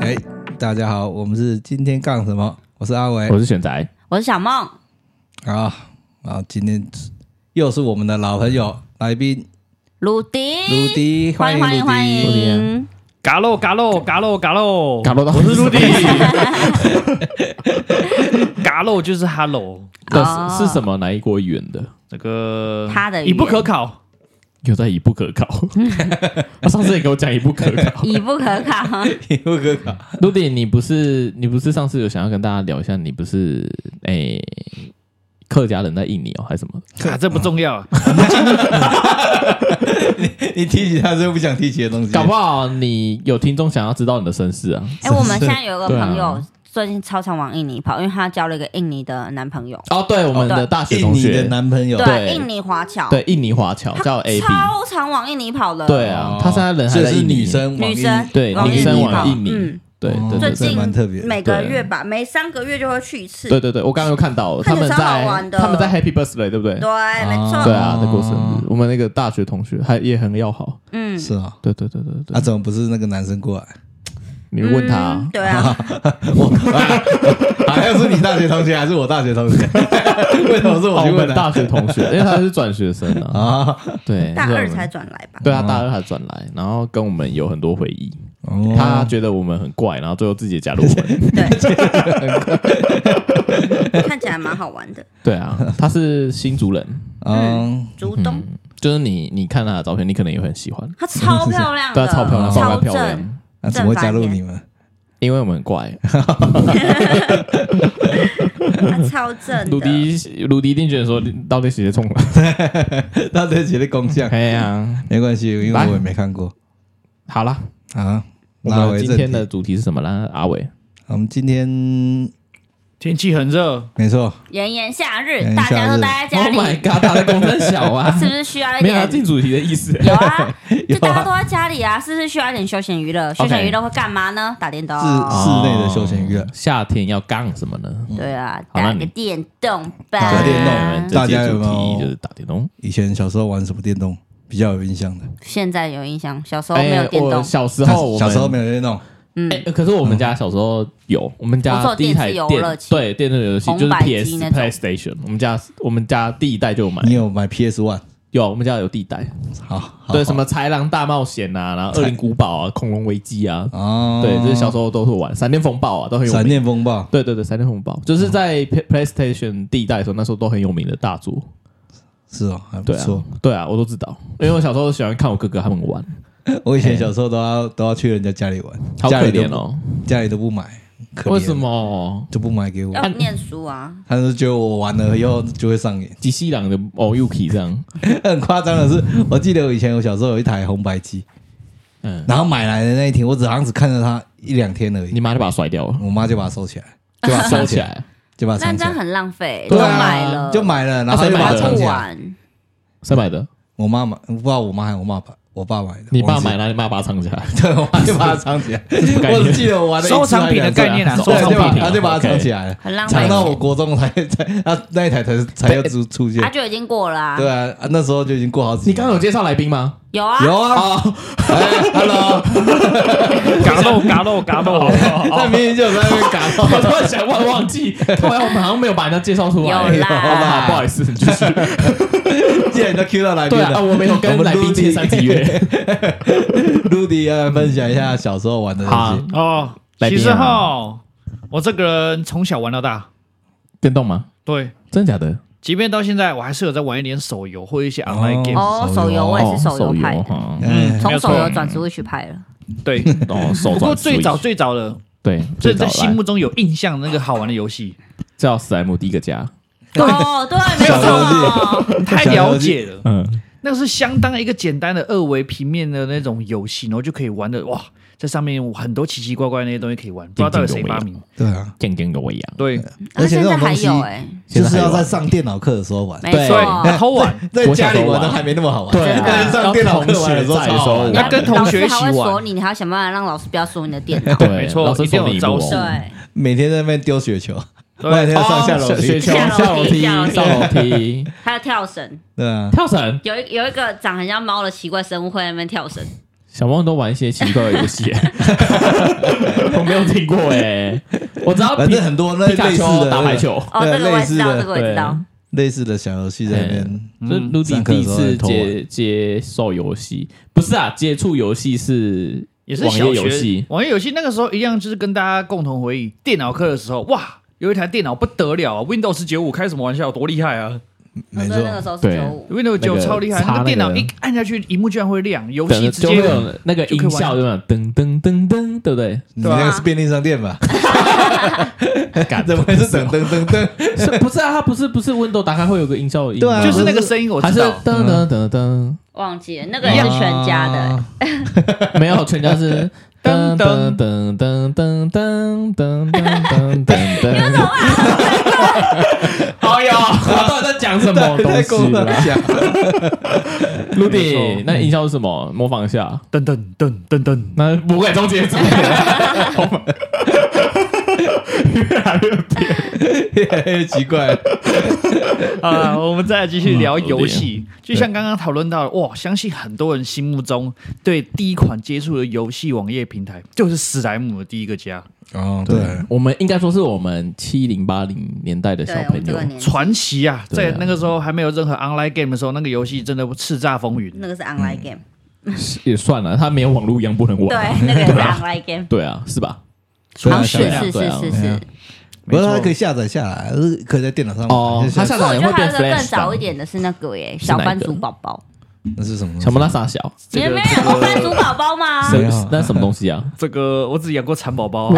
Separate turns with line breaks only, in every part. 哎大家好，我们是今天干什么？我是阿伟
我是选宅，
我是小梦，
啊，然后今天又是我们的老朋友来宾
鲁迪，
鲁迪，
欢
迎
欢迎
鲁
欢
迪，
迎，
嘎喽嘎喽 嘎喽嘎喽，
嘎喽
我是 Rudy。嘎喽就是 Hello，
的
哦
是是什么哪一国语言的？
那个
他的语
已
言
不可考，
有在一不可考，
嗯
他上次也给我讲一不可考。
已不可考，
有个搞
陆迪，你不是你不是上次有想要跟大家聊一下，你不是诶、客家人在印尼哦，还是什么？
啊，这不重要。
你提起他最不想提起的东
嗯
西，
搞不好你有听众想要知道你的身世啊？
哎，我们现在有个
对啊
朋友最近超常往印尼跑，因为她交了一个印尼的男朋友，
哦，对，我们
哦
的
对
大学
印
同
尼
学
哎的，男朋友，
对
印尼华侨，
对，印尼华侨
她
叫 A B，
超常往印尼跑了，
对啊，他现在人还
所
在
以是
印尼
女，生往
女
印尼，
生
对，
往
女
印
生
尼
往
跑，
印尼
嗯，
对
哦
对
最
对对
这
近
蛮特别的
每个
对
月吧，每三个月就会去一次，
对对对，我刚刚有看到他
看起
们
来超好
在
玩的
他们在 Happy Birthday，对不对？
对，没
哦
对
错，
啊，在过生日，我们那个大学同学还也很要好。
嗯，
是啊。
对对对对对，
啊，怎么不是那个男生 过来？
你问他
嗯
啊，
对啊，
好像啊是你大学同学还是我大学同学？ 为什么是我去
哦我
问
们
的
大学同学，因为他是转学生啊，
啊？
对，
大
所以
二
我们
才转来吧，
对啊，大二才转来，然后跟我们有很多回忆。
哦
他觉得我们很怪，然后最后自己也加入我 们。
对，看起来蛮好玩的，
对啊，他是新族人，
嗯，
竹东。
就是你你看他的照片，你可能也会很喜欢。
她超漂亮
对
的，
啊，超漂亮，
超
超漂
正
亮，
那怎么会加入你们？
因为我们很怪。
她超正
鲁
的。
迪鲁迪一定觉得说，你到底谁在冲 我？
他这节的功效
哎呀，
没关系，因为我也没看过
好啦，
啊。
我
那
们
为
今
正
天
题
的主题是什么啦？阿伟，
我们今天
天气很热，
没错，
炎炎夏
炎
日，
炎夏
大
日
家都待在
Oh
家里
my god，他的功能小啊，
是不是需要一
没有要
点？
进主题的意思。
有啊，就大家都在家里啊，是不是需要一点休闲娱乐？休闲娱乐会干嘛呢？打电动。
室室内的休闲娱乐
哦，夏天要干什么呢？
对啊，
好那
打
你
个电动吧。
打电动
我们这
大家
节
有
主
没有
题就是打电动。
以前小时候玩什么电动比较有印象的？
现在有印象，小时候没有电
哎我
动。
小时候我们
小时候没有电动，
嗯，
哎，可是我们家小时候有，我们
我
家
说有
第一台
电视游乐
电
器
对电视游戏
红
就是
白
PS
机那种
PlayStation，我们家我们家第一代就有买
你，有买 PS One？
有我们家有第一代，
好，好
对什么豺狼大冒险啊，然后恶灵古堡啊，恐龙危机啊，
哦，
对，这些小时候都会玩，闪电风暴啊都很有
闪
名。
电风暴，
对对对，闪电风暴就是在 Play- PlayStation 第一代的时候，那时候都很有名的大作。
是哦，还不
对啊
错。，
对啊，我都知道，因为我小时候喜欢看我哥哥他们玩，
我以前小时候都要都要去人家家里玩，
好
家
可
里都
怜
不，
哦。
家里都不买，可怜
为什么？
就不买给我？
要念书啊，
他是觉得我玩了以后就会上瘾。
吉西朗的哦 Yuki 这样，
很夸张的是，我记得我以前我小时候有一台红白机，
嗯，
然后买来的那一天，我只好像只看着它一两天而已
你，妈就把它甩掉了，
我妈就把它收起来，
就把它收起 来。
就把它藏
那这
起
样
来，
很浪费，
啊对
都
啊
买了，
就买了，然后
谁
就
买
把它
的
藏
不
起来。
玩。
谁买的？
我妈买，不知道我妈还是我爸爸，我爸买的，
你爸
忘记
买，了，你妈把它藏起来。
对，我妈就把它藏 起来。
么概念
我只记得我玩了一次
收藏品的概念啊
对
收藏品
她就把它
OK
藏起来了，
很浪费
藏到我国中才才，啊那一台才才又出出现
他。就已经过了啊，
对啊，啊那时候就已经过好几年。
你刚刚有介绍来宾 吗？
有啊，
有啊？ 哎，Hello，
哦
嘎喽嘎喽嘎喽，
那明明就有在那边嘎
我突然想忘忘记，突然我们好像没有把人家介绍出来。
有啦
好吧好不好意思，继续。
既然都 Q 到来宾
对啊，啊
了，
我们有跟来宾借三 级月。
陆迪要来分享一下小时候玩 的东西。
哦，
来宾啊
其实哈，我这个人从小玩到大，
电动吗？
对，
真的假的？
即便到现在，我还是有在玩一点手游或一些 online
哦
game。
哦，手游我也是手游派的，
哈
嗯，没
从
有
手游
错。
转 Switch 派了。
对，
哦，手
不过
转
最早
Switch
最早的，
对，
最
最
在
早
心目中有印象的那个好玩的 游戏，
叫史莱姆第一个家。
哦，对，没
小
错，
太了解了。
嗯，
那个是相当一个简单的二维平面的那种游戏，然后就可以玩的哇，在上面有很多奇奇怪怪那些东西可以玩，不知道到底谁发明。
对啊，
跟跟我一 样。
对，
而且
现
那
在
种
还
东西
有哎，
啊
就是要在上电脑课的时候玩，
没
对
对，
错，
好玩。
在家里玩的还没那么好玩。
对
啊
但是上电脑课玩的时候超好玩
要同学在的时候玩
要跟同学一起
老
玩
师还会锁你，你还要想办法让老师不要锁你的电脑。
对，
没错
老师
一定
送你
有
一
招
幕
式
哦。
对，
每天在那边丢雪球，每
对
天上下楼
雪
梯。
球、
下
下
楼
楼
梯
梯、
下楼梯
上楼梯、
还有跳绳，
对啊，
跳绳。
有一有一个长很像猫的奇怪生物会在那边跳绳，
小朋友都玩一些奇怪的游 戏欸、我没有听过哎、我只要
反
皮
正很多那
皮卡
类似
丘
的
打排球，
哦，这
对
个我也知道，
类似的
这个我也知道。哦
类似的小游戏在那边，
所以
嗯
Ludy
上课的
第一
时候
次
很偷玩
接接受游戏，不是啊，接触游戏是
也是
网
小
页
学
游戏，
网页游戏那个时候一样，就是跟大家共同回忆电脑课的时候，哇，有一台电脑不得了、啊、，Windows 九五开什么玩笑，多厉害啊
没
我
错
说，哦那个时候是
对
九五，
！Windows
那
九
个
超厉害，
插
那
那
个电脑
个
一按下去，荧幕居然会亮，游
等
戏直
就
接
会有那个
就可以
音效，
玩
对吧？噔噔噔噔，对不对？
你那
对
个
啊
是便利商店吧？
感
怎么会是噔噔噔噔？
是不是啊？它不是不是 Windows 打开会有个音效的音吗，
对啊
就是那个声音，我
还
知
是
道。
噔噔噔
嗯
噔，
忘记了那个也是全家的，
没有全家是噔
噔
噔
噔
噔噔噔噔噔噔 噔噔噔，哎呦，我到底在讲什么 东
太过
西
分
啦
了。
？Rudy，那音效是什么？模仿一下，
噔噔噔噔噔，
那魔鬼终结者。
越来越哎奇怪。
啊，我们再来继续聊
嗯
游戏。就像刚刚讨论到的，哇，相信很多人心目中对第一款接触的游戏网页平台就是史莱姆的第一个家，
哦，
对，我们应该说是我们七零八零年代的小
对我
朋
们这
友
个，年纪
传奇啊！
对啊
在那个时候还没有任何 online game 的时候，那个游戏真的叱咤风云。
那个是 online game，
也算了，他没有网络一样不能玩。
对，那个也是 online game，
对啊，是吧？
对啊
好是
对啊
对
是是
啊
是
对
是
啊。不是它可以下载下来，是可以在电脑上玩
哦
就下
它下
可是我
下载也会
觉得还有一
变
个
Flash
更早一点的是那个耶，小
啊哪一个
番薯宝宝，
那是什么东西？
小么那傻小，
你
这
们
个
没有
这
养
个
过番薯宝宝吗？
什
嗯没有
那什么东西啊？
这个我只养过蚕宝啊宝，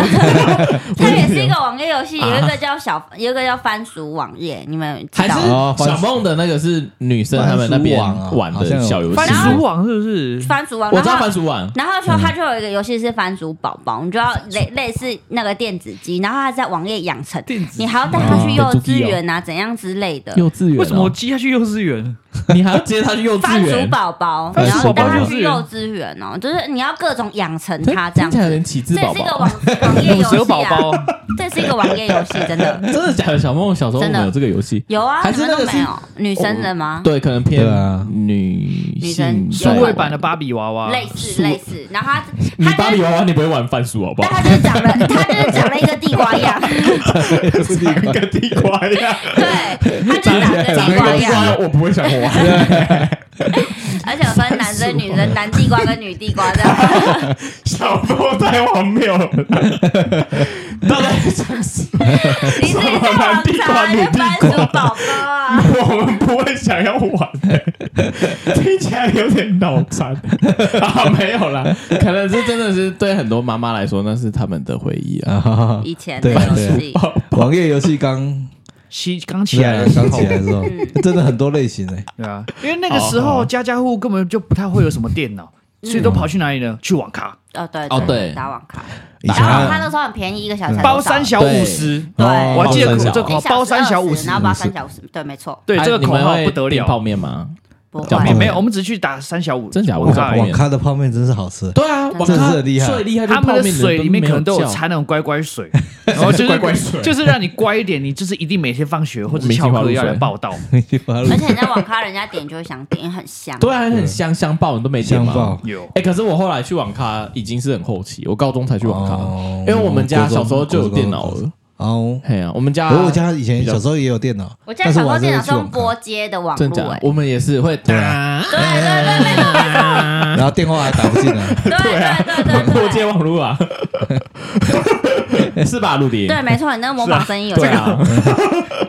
它也是一个网页游
啊
戏，有一个叫小，有一个叫番薯网页，你们有
还
知道
是
吗？
哦番薯
小梦的那个是女生他们那边玩的小游戏？
番薯网是不是？
啊
番薯网，
我知道
然后
番薯网，
然后说它就有一个游戏是番薯宝宝，你就要类类似那个电子鸡，然后它在网页养成
电子，鸡
你还要带它去幼
哦
稚园啊，怎样之类的。
幼稚园哦
为什么我接下去幼稚园？
你还要接他去幼稚
番薯
园？
宝宝，
番
然
薯
后
宝宝
带它去幼稚园哦，就是你要各种养成它这
听
样
起来有
子。
点起
这
智
是
宝
一个
宝
网，网页游
蛇宝
戏啊，
宝，
这是一个网页游戏， 真的
真的假的？小梦小时候我
真的
们有这个游戏，
有啊，
还
你
是
们
那
都
个是
没有女生的吗？
对，可能偏
对啊
女
女
性
生
数
在
位版的芭比娃 娃，
类
树
似类似，然后他
啊你芭
他
比
就
娃娃，你不会玩番薯好不
但
好？
他就是长了，他就是长了一个地 瓜样，
一个地瓜呀，
对，他就长了一个地瓜样，
我不会想玩。
而且有分男生女生，男地瓜跟女地瓜这 样。
小波太荒谬 了，大家想死，
你自己在
男
网
地瓜
查
女
啊就
地
番薯宝宝 啊，
我们不会想要玩、听起来有点脑残啊，没有啦， 可能是真的是对很多妈妈来说，那是他们的回忆啊。
啊，
以前的
对
游
对，
戏，
网页游戏刚
起刚起来的时
刚
候
起，来的时候，
嗯
真的很多类型诶。
对啊，因为那个时候家家户户根本就不太会有什么电脑，所以都跑去哪里呢？去网咖，
哦对
哦对
打网咖，
以前
打
啊
网咖
还
那时候很便宜，一个
嗯
嗯小时才
包
多少
三小五十，
对，
哦
我还记得
包三小
这
一
口
时
包三哎小五
20
十
然，后包三小五十，对，没错，
对
啊
这个
你
口
们
号
会
不得
订泡
了。
面吗？
不
叫
没
面
会。啊
没有，我们只去打三小五，
真假我
网咖而
知道
已
网咖的泡面真是好 吃，
对啊，
网
咖真是厉害
最厉害就是
他们
泡
的
面
水里面可能都有
叫
掺那种乖乖水，然后就是
乖乖水
就是让你乖一点，你就是一定每天放学或者翘课要来报道。
而且你在网咖，人家点就会想点，因为很香。
对啊，很香香爆，你都没见
香
吗？
爆
有
哎、可是我后来去网咖已经是很后期，我高中才去网咖，
哦
因为我们家小时候就有
国中
电脑
国
了
中。哦。
嘿啊，我们家
可我家以前小时候也有电脑，
我记
但是
得小时
我
候
还是
电
会
脑是
去网
用
咖，
拨接的网
真
路，
假
哎，
啊我们也是会
对
啊
啊
打
对对对对 对。
然后电话还打不进来，
对
啊
对对对
破
对
街
对，
网路 啊，是吧，陆迪？
对，没错，你那个模仿声音有
对啊，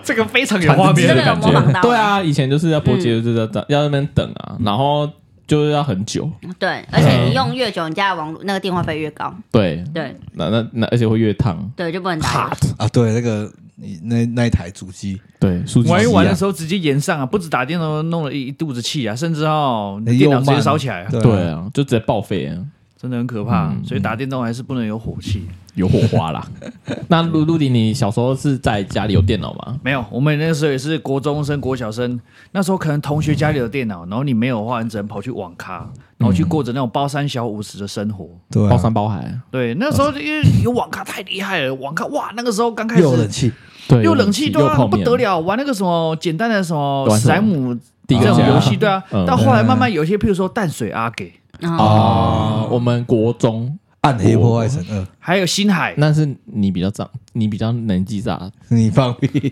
这个非常有画面
真的
的
有
感
模
觉。
仿 到。
对，啊，以前就是要破街，就是要等，要在那边等啊，然后就是要很久，
对，而且你用越久，你家的网络那个电话费越高，
对，
对
那那那而且会越烫，
对，就不能打游戏。
啊，对，那个那那一台主机，
对，数据
玩一
机
玩
啊
的时候直接延上啊，不止打电脑弄了一一肚子气啊，甚至哦，
那
你电
又
脑直接
哎慢
烧起来啊，
对啊，就直接报废啊，
真的很可怕
嗯。
所以打电动还是不能有火气。
有火花 啦。那陆陆迪，你小时候是在家里有电脑吗？
没有，我们那时候也是国中生、国小生，那时候可能同学家里有电脑，然后你没有的话，你只能跑去网咖，然后去过着那种包三小五十的生活。
对啊，
包山包海啊，
对，那时候因为有网咖太厉害了，网咖哇，那个时候刚开始
又有冷气，
对
又冷气，对
又
啊，
泡
不
面
得。了，玩那个什么简单的什么
玩什么
史莱姆
啊第一
这
个
种
家
游戏，对啊
嗯，
到后来慢慢有一些，譬如说淡水阿给，
哦，
哦，我们国中
啊暗黑破坏神二，
还有星海，
那是你比较长，你比较能记炸。
你放屁！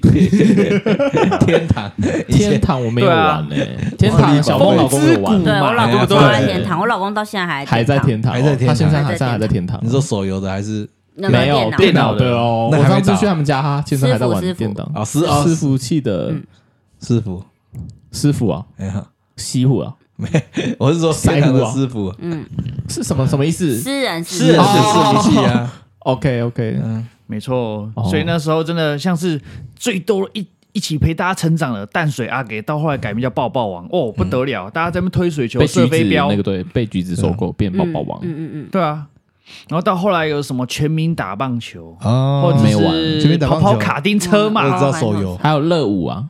天堂，
天堂我没有
对啊
玩呢、天堂小梦老公有玩，
之
对
谷
我老公
哎
都在
对
天堂，我老公到现在还
还在天堂哦，
还在天堂
他现在好
还在
像还
天堂
在天堂。
你说手游的还是
那个
没有
电
电脑，
脑
的哦？
那
我
还没
上次
打
去他们家，他先生还在玩
师傅哦
电脑
啊师啊
伺服器的
嗯
师傅？
师傅啊，
哎呀，
西湖啊，
我是说天堂的师傅，
嗯，
是什么什么意思
私人
是
私
是
人
伺服器啊，
？OK OK，
嗯，
没错
哦。
所以那时候真的像是最多一一起陪大家成长的淡水阿给，到后来改名叫抱抱王，哦不得了，大家在那边推水球、
嗯被
射
橘
飞
子
镖
那，个对，被橘子收购变宝宝王
嗯，嗯嗯
对啊。然后到后来有什么全民打棒球，或
哦
者
没有玩
全
是
民打
跑
棒球
跑卡丁车嘛
我，
嗯
知道手游，
还有热舞啊，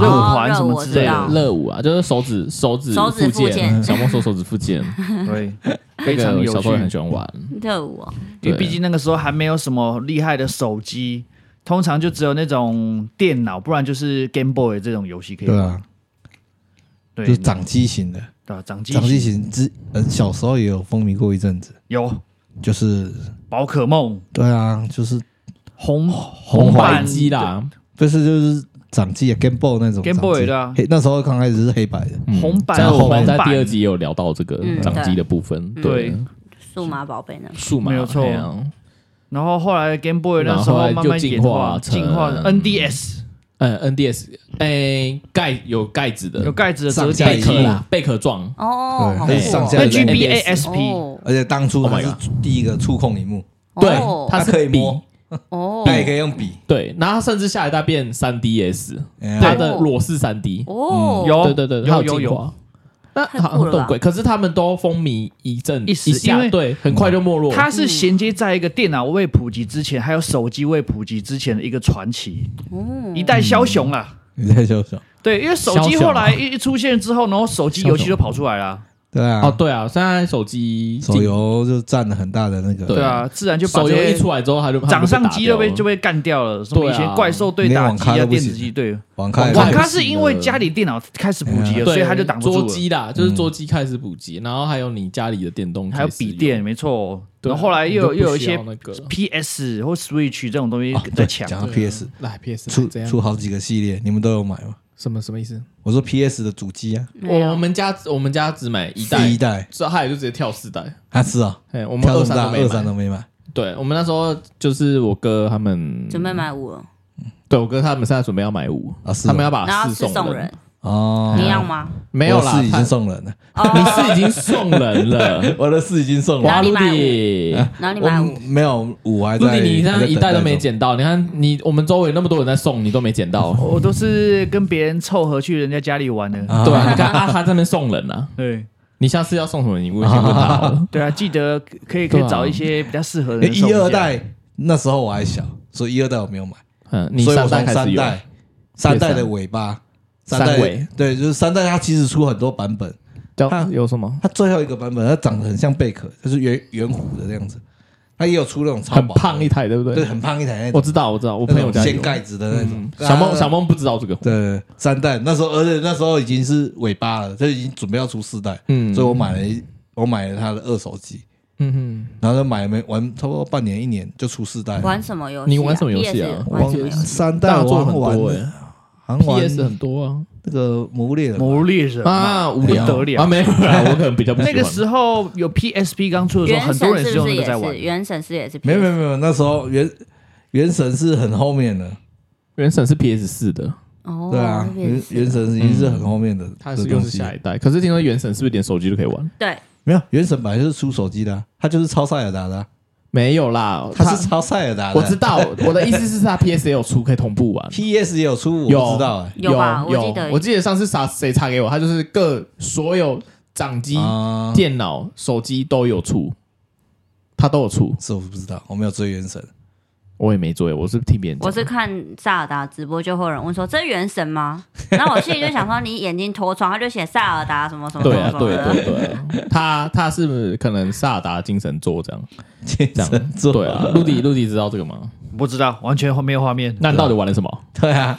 嗯，
舞
哦
团什么之类
热
的
舞我知道
热舞啊，就是手指手指
手指
附
附件
小梦说手指附件，
对，
那
非常
个
有
小时候很
趣。
喜欢玩，
热舞哦，
因
对
为毕竟那个时候还没有什么厉害的手机，通常就只有那种电脑，不然就是 Game Boy 这种游戏可以
对
玩。
啊，
对，
就是掌机型的，
对啊掌机
掌机型之，嗯，小时候也有风靡过一阵子，
有
就是
宝可梦
对啊，就是
红
红
白
白
机啦，
不是就是掌机啊，Game Boy 那种
Game Boy
掌机
对啊
黑那时候刚开始是黑白的，
嗯
红白
在我
红
们在
白
第二集有聊到这个
嗯
掌机的部分，
对
对
对
数码宝贝呢？
数码
嗯没有错
哎呀
然后后来 Game Boy 那
然后
时
后
候
来
慢
就
慢
进
演
化
化，
成
进化 NDS
嗯，NDS，哎，盖有盖子的
有，盖子的哎
上
折叠
下
贝
一
机，
壳
幕
啦，贝壳状，哎
哦，好酷
对
哦
它是上下
那
的
GBASP
哦
而且当初
Oh
它
my
是第一个触控荧幕，
对，它
它
是
可以
笔
摸，
哦
它也可以用笔，哎
对，然后它甚至下一代变三 DS，它
对
的裸视三 D，
哦，
嗯有
对对对，它有
有有
进
有，
化。那
太
好
酷
像
了
更
吧
贵，可是他们都风靡一阵
一时因
下，
为
对，很快就没落。
它是衔接在一个电脑未普及之前，还有手机未普及之前的一个传奇，一代枭雄啊啦。
你在笑什么？
对，因为手机后来一一出现之后，然后手机游戏就跑出来了，
对啊，
哦，对啊，现在手机进
手游就占了很大的那个，
对
对啊，自然就把
手
这
游一
些
出来之后，它就
掌上机就被
被
就被干掉了。什么以
对
前
啊
怪兽对
连
打
网
机
咖
啊，
都不
电
行
子机对。
网咖也
网
网
不行
咖
哎
是因为家里电脑开始普及了，
对
所以它就挡不住
桌
了。嗯
机啦，就是桌机开始普及，然后还有你家里的电动，
还有笔，电，没错。
对啊
啊然后后来又有
你就
又
不
有一
需要
些
那
啊
个啊
PS 或 Switch 这种东西
哦
在
对
抢。
讲到 PS
来 PS
出
这
出
样
好几个系列，你们都有买吗？
什么什么意思？
我说 PS 的主机啊，
没有
我们家我们家只买一代，
第一代
之后还有就直接跳四代，
啊是啊，
哎，我们
跳
二
这么
三
大，
都没
二三
买。
都没买，
对我们那时候就是我哥他们
准备买五了，
对我哥他们现在准备要买五
啊是哦
他们要把
然后
四
是送
人
人，，
哦，
你要吗？
没有
我
啦，
的是已
他
经送人了，，
哦
你是已经送人 了
我的是已经送人
然
哇，
了，
陆
后你买
迪，
然后你买
我
五，
没有五啊还
陆
在，
迪，你
还
那
在
一
等
代都
待
没
中，
捡到，你看你我们周围那么多人在送，你都没捡到，
我都是跟别人凑合去人家家里玩的。
啊
对啊，你看啊，他在那边送人啊，
对
你下次要送什么礼物先问他好了。
对啊，记得可以可
对啊
以找一些比较适合的
因为
人送
一
下
二，代那时候我还小，所以一二代我没有买，
嗯，你
所以我
三代
从
开
三
始有，
代，三代的尾巴，
三
代
尾
对，就是三代它其实出很多版本，
叫
啊
有什么
它最后一个版本它长得很像贝壳，就是圆圆弧的这样子，它也有出那种超
很
薄的
胖一台，对不对？
对，很胖一台那
我
种，
知道，我知道，我
我
朋友家有
掀。盖子的那种
嗯。小梦
啊
小梦不知道这个，
对三代那时候，而且那时候已经是尾巴了，就已经准备要出四代，
嗯
所以我买了一我买了他的二手机，
嗯
然后就买了没玩，差不多半年一年就出四代了。
玩什么游戏啊？
哎你玩什么游戏啊
PS
玩
玩什么游戏？
三
大
代
家做
我
很
好
多
像玩
欸
了，好
哼
像
，PS
玩
很多啊
那个魔物猎人吧，
魔猎人嘛。
啊，无聊
不
得了
啊，没有啦，我可能比较不喜
那
欢。
个时候有 PSP 刚出的时候，
原
很多
神
人
是
用
不是
那个
也
在玩
是？。原神是也是 PS？
没有没有没有，那时候原原神是很后面的，
原神是 PS 四的，
哦，
对啊，
那边
原
是
原神已经是很后面的
它
的
嗯是又
东
是
西。
下一代，可是听说原神是不是连手机都可以玩？
对，
没有原神本来就是出手机的啊，它就是超塞尔达的啊，
没有啦，
它是超塞尔达的
我
啊。
知道，我的意思是它 PS 也有出可以同步玩。
PS 也有出，我
有
不知道哎。
有
有吧我
有
记得
我记得上次啥谁查给我，它就是各所有掌机、
嗯
啊，
电脑、手机都有出，它都有出。
这我不知道，我没有追原神。
我也没做耶，我是听别人讲。
我是看萨尔达直播，就会有人问说：“这是原神吗？” 然后我心里就想说：“你眼睛脱窗，他就写萨尔达什么什么什
对啊，
么什么
对
的。
对对啊，他他是可能萨达精神座这样这 样
神作
对啊，陆迪陆迪知道这个吗？
不知道，完全没有画面。
那你到底玩了什么？
对啊，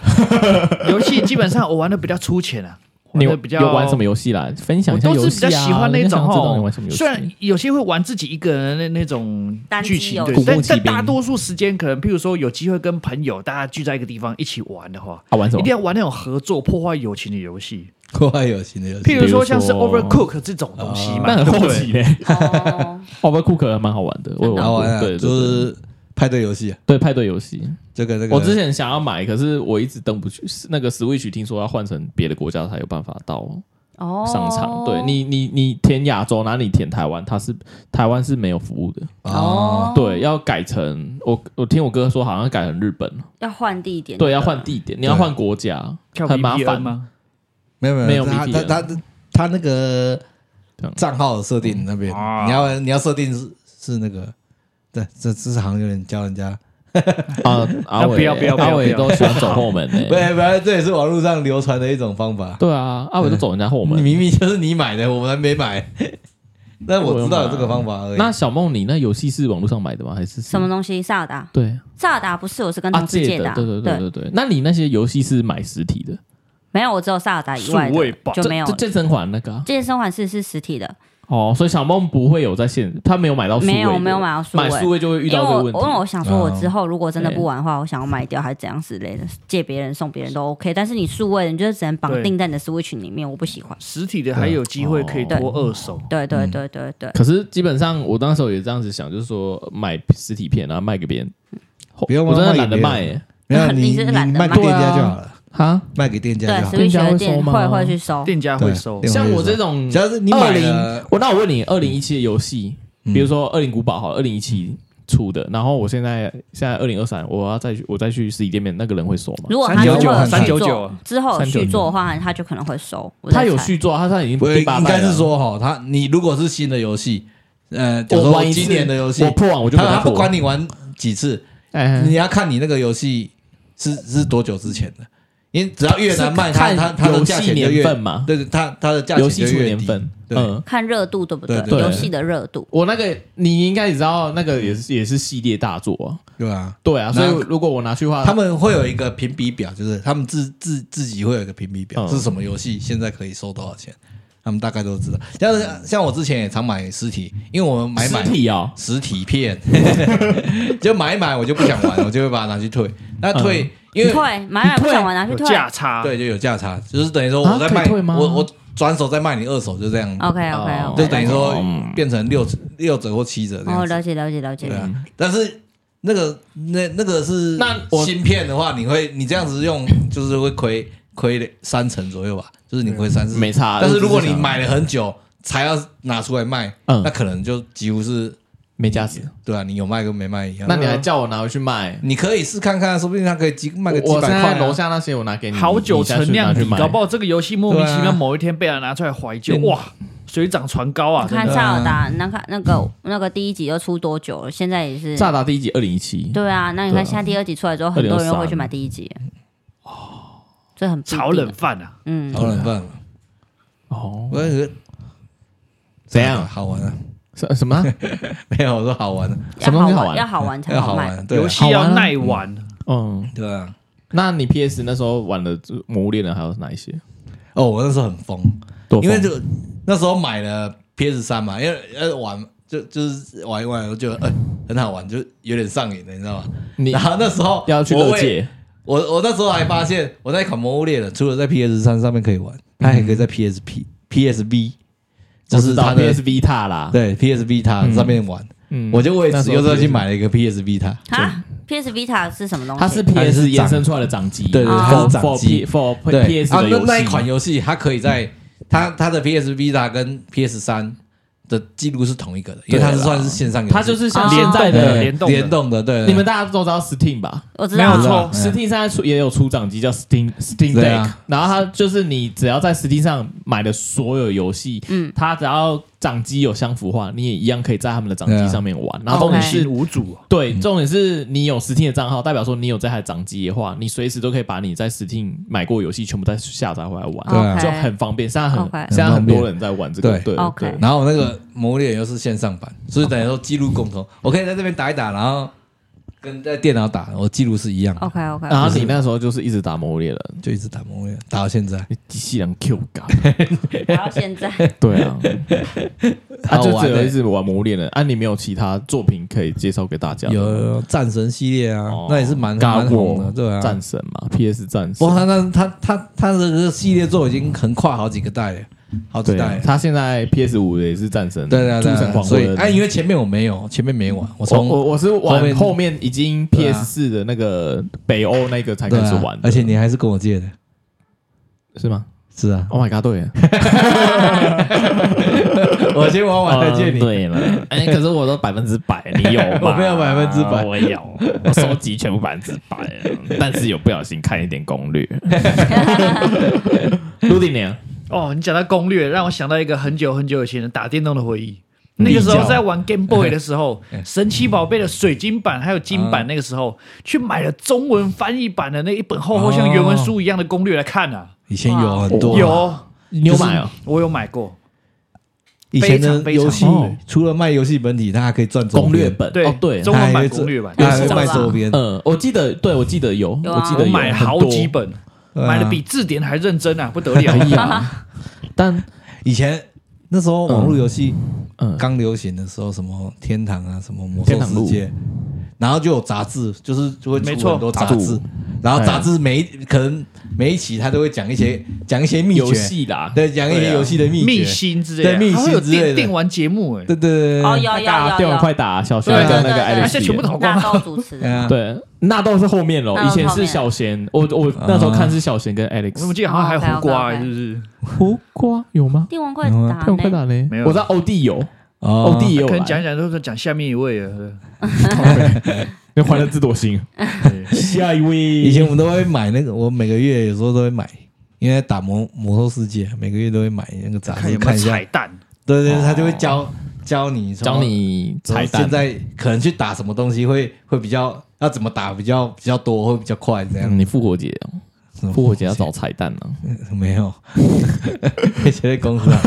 游戏基本上我玩的比较粗浅啊，
你
玩的
有
比较
有玩什么游戏啦？分享
我
一下
都
游
是比
戏
较
啊！
喜欢那
人家
种
想知道你
哈
玩什么，游戏
虽？然有些会玩自己一个人的那那种
单机
剧情，
游
对
戏，
古
但
墓奇
但
兵
大多数时间可能，譬如说有机会跟朋友大家聚在一个地方一起玩的话，
啊，玩什
一
么
定？要玩那种合作破坏友情的游戏，
国外有新的游戏
譬如说像是
比如说
Overcook 这种东西嘛，
但很
对不
好
对
奇嘞。
哦，
Overcook 还蛮好玩的，我有
真的
好
过
玩啊，
对，对
就是派对游戏啊，
对对派对游戏。
这个那个
我之前想要买，可是我一直登不去。是那个 Switch 听说要换成别的国家才有办法到
哦，
上场。对你，你你填亚洲，然后你填台湾，它是台湾是没有服务的。
哦，
对，要改成我我听我哥说，好像改成日本。
要换地点，
对，要换地点，你要
对
换国家，
跳
很麻
VPN
烦？
吗？
没有
没
没
有
他
BTN
他他他那个
这样嗯
账号的设定那边，
啊
你要你要设定是是那个，对，这这是好像有点教人家，
啊，阿伟
不要不要不要
阿伟
不要
都喜欢走后门呢。
不不，这也是网络上流传的一种方法。
对啊，阿伟都走人家后
你
门。
明明就是你买的，我们没买，但我知道有这个方法而已。
那小梦，你那游戏是网络上买的吗？还是
什么？东西？萨尔达，
对
萨尔达不是，我是跟
啊，
同事借的
的，
啊，
对对对对对。那你那些游戏是买实体的？
没有，我只有萨尔达以外
数位
的
版
就没有
这
了。
健身环那个啊
健身环是是实体的，
哦，所以小梦不会有在线，他没有买到数位的，
没有没有买到数位
买数位就会遇
因为
到这
我
个
我
问题。
因为我想说，我
哦
之后如果真的
对
不玩的话，我想要卖掉还是怎样之类的，借别人送别人都 OK。但是你数位的，你就是只能绑
对
定在你的 Switch 里面，我不喜欢。
实体的还有机会可以
对
拖二手，
对对对对对，
可是基本上我那时候也这样子想，就是说买实体片然啊后卖给别人，
不用
我真的
卖给
懒得
别人
卖欸耶
没 有
你
你
是
你
懒得
卖
买
给店
啊
家就好了，
哈。
卖给店家就好。
店家
Switch
会
的
收
店
吗
会会去收，
店家会
啊对
收。
店家
像
会
我
收
这种，
只要是你
二
买
零
了，嗯
我那我问你，二零一七的游戏，比如说《二零古堡》好了，二零一七出的，然后我现在现在二零二三，我要再去我再去实体店面，那个人会收吗？
如果他之后有续
399
作
啊
之后有续作的话，他就可能会收。我在
他有
猜
续作，啊他他已经
我
第八代
应
了
该是，说哈，他你如果是新的游戏，呃，假如
我
说
玩一次
今年的游戏
我，破完我就
他
没再
他不
破
管你玩几次，
哎
你要看你那个游戏是是多久之前的，因为只要越难卖，
是
它
看
它它的
游
价
戏
钱就
年
越
份嘛，
对对，它它的价
游
钱
戏
就
出
越
年
低。
份，
对
嗯。
看热度对不
对对
对
游戏的热度，
我那个你应该也知道，那个也是也是系列大作啊，
对吧？
对啊，
那
所以如果我拿去画，
他们会有一个评比表，就是他们自自自己会有一个评比表，
嗯
是什么游戏现在可以收多少钱，他们大概都知道。像像我之前也常买实体，因为我们买
实
买
体哦，
实体片， 就买一买我就不想玩，我就会把它拿去退。那退、
嗯
因为
退啊买了不想玩拿去
有
退。
价差，
对就有价差，就是等于说我在
啊可以
卖，
退吗
我我转手再卖你二手，就这样。
OK
哦
OK
就
OK，
等于说
嗯
变成六折六折或七折这
哦，
样子。
了解了解了解
对。
嗯
啊，但是那个那那个是
那我
芯片的话，你会你这样子用 就是会亏亏三成左右吧，就是你亏三四。
没差。啊
但是如果
只
你
想
买了很久才要拿出来卖，
嗯
那可能就几乎是
没价值，
对啊，你嗯有卖跟没卖一样。
那你还叫我拿回去卖？
你可以试看看，说不定它可以几卖个几
我
百
现
块
在
啊。
楼下那些我拿给你，
好酒陈酿
去
底，
买。
搞不好这个游戏莫名其
对
妙
啊
某一天被人拿出来怀旧，
嗯
哇，水涨船高啊！
你
真的
看萨尔达，那看那个那个第一集又出多久了？现在也是。
萨达第一集二零一七，
对啊，那你
对啊
看现在第二集出来之后，很多人又会去
2023
买第一集。哦，这很不一定
炒冷。饭啊！
嗯，
好冷饭，
哦，
我也觉得
怎样
好玩啊？
什什么？
没有，我说好玩啊，
什么东西
要
好
好
玩
要好玩才
要好
卖。
玩，对啊
游戏
好
要
玩啊
耐玩，
嗯，
对啊。
那你 PS 那时候玩的《魔物猎人》还有哪一些？
哦，我那时候很疯，
多
因
疯
为就那时候买了 PS 三嘛，因为呃玩就就是玩一玩，我觉得哎很好玩，就有点上瘾了，你知道吗？
你
然后那时候
要去
我
乐
为
界，
我我那时候还发现，我那一款《魔物猎人》除了在 PS 三上面可以玩，它还可以在 PSP、PSV，就
我
是
知道
它的
PS Vita 啦。
对 PSV 它上面玩。
嗯
我就为
那
此
时候
又再去
PS
买了一个 PSV 它。
啊，PS Vita 是什么东西？
它是
它是
PS
掌
延伸出来的掌机，
对
对它
它
是掌机
for
对
PS
啊那
的游戏。
那一款游戏，它可以在它它的 PS Vita 跟 PS 三的记录是同一个的，因为它是
对啦
算是线上游戏，
它就是像
啊
现在的
联动的
哎联动的，对，对
你们大家都知道 Steam 吧？
我知
没有
道
知
错
道
哦
嗯
Steam 现在出也有出掌机叫 Steam Steam
对
Deck，
啊
然后它就是你只要在 Steam 上买的所有游戏，
嗯
它只要掌机有相符化，你也一样可以在他们的掌机
对啊
上面玩。然后重点
是
是，
无主
嗯
啊，
对，重点是你有 Steam 的账号，代表说你有这台掌机的话，你随时都可以把你在 Steam 买过的游戏全部再下载回来玩，
对啊
OK
就很方便。现在很
OK
现在很多人在玩这个，
对
对对
OK
对
然后我那个《魔物猎人》又是线上版，所以等于说记录共同，我可以在这边打一打，然后跟在电脑打，我记录是一样的，
OK OK，
然后你那时候就是一直打魔猎人，
就一直打魔猎，打到现在。
你机器人 Q 感，
然后现 在
对啊， 他
好
就
玩
只有
欸
一直玩魔猎人，啊，你没有其他作品可以介绍给大家吗？
有有有战神系列啊，
哦
那也是蛮
God
蛮红的，
War，
对啊。
战神嘛，PS 战
不
神
过，他那他他他的这个系列作已经横跨好几个代了，好几
对
代
啊
了。，
他现在 PS 五也是战神，
对对对
诸神
对对，
狂
所以
热
哎，因为前面我没有，前面没玩，我
我
从
我我是
后
玩
面
后面已经
对啊
PS 四的那个北欧那个才
对
开
啊
始玩的，
而且你还是跟我借的，
是吗
是 啊，
？Oh my god，对耶，
我先玩完再借
嗯
你。
对了，哎，可是我都百分之百，你有
我
吗？
没有100%
我有，我收集全部百分之百，啊但是有不小心看一点 攻 略。陆定年，
哦，你讲到攻略，让我想到一个很久很久以前的打电动的回忆。那个时
立
候
交
在玩 Game Boy 的时候，
嗯
《神奇宝贝》的水晶版还有金
嗯
版，
哦
那个时候去买了中文翻译版的那一本厚厚像原文书一样的攻略来看啊。
以前有很多，
有，
你有买哦？
我有买过。
以前的
非常
游戏
非常好，
除了卖游戏本体，它还可以赚周边
攻略，本
对
哦，对，
中
它还
文版
会
攻略版
它还会卖
有吧
周边，
嗯，我记得，对我记得有，
有啊
我记
我
得有
买了好几，本，
对啊
买的比字典还认真啊，不得了！
很多哎呀，但
以前那时候网络游戏
嗯，
刚流行的时候，什么天堂啊，什么魔
天
兽世
堂
界，然后就有杂志，就是就会
没
出
错
很多杂
杂
志
志，
然后杂志每一可能每一期它都会讲一些讲一些秘
游
诀，
戏啦，
对，讲一
对
些
啊
游戏的秘
密
诀，
辛之类的，
对密
还会有
辛之类的
电电玩节目哎，
对对对
哦
对
有有
快打
有
电玩快
有，
打，小轩
对啊
跟那个艾
对
丽
而
丝
且
也，
全部都好光
纳
啊
豆主持
对
人，
啊，
对，纳豆是后面咯，
纳豆
以前
后
是
面
小贤，我我那时候看是小贤跟
我
Alex，
记得好像还有胡瓜哎，
OK，OK，OK
是不是？
胡瓜有吗？
电玩快
有啊
打
电玩快
呢？
打嘞
没，有
我知道欧弟有，
哦
欧弟也有啊
哎可能
来，
讲一讲都是讲下面一位啊了。
那欢乐智多星，下一位，
以前我们都会买那个，我每个月有时候都会买，因为打魔魔兽世界，每个月都会买那个杂
看
志
有没
看
有
一下
彩。蛋，
对对，对
哦
他就会教教你什么
教你彩蛋，
现在可能去打什么东西会会比较要怎么打比较比较多，会比较快这样。
嗯你复活节哦，
什么
复活节要找彩蛋呢。
没有？以前在公司啊，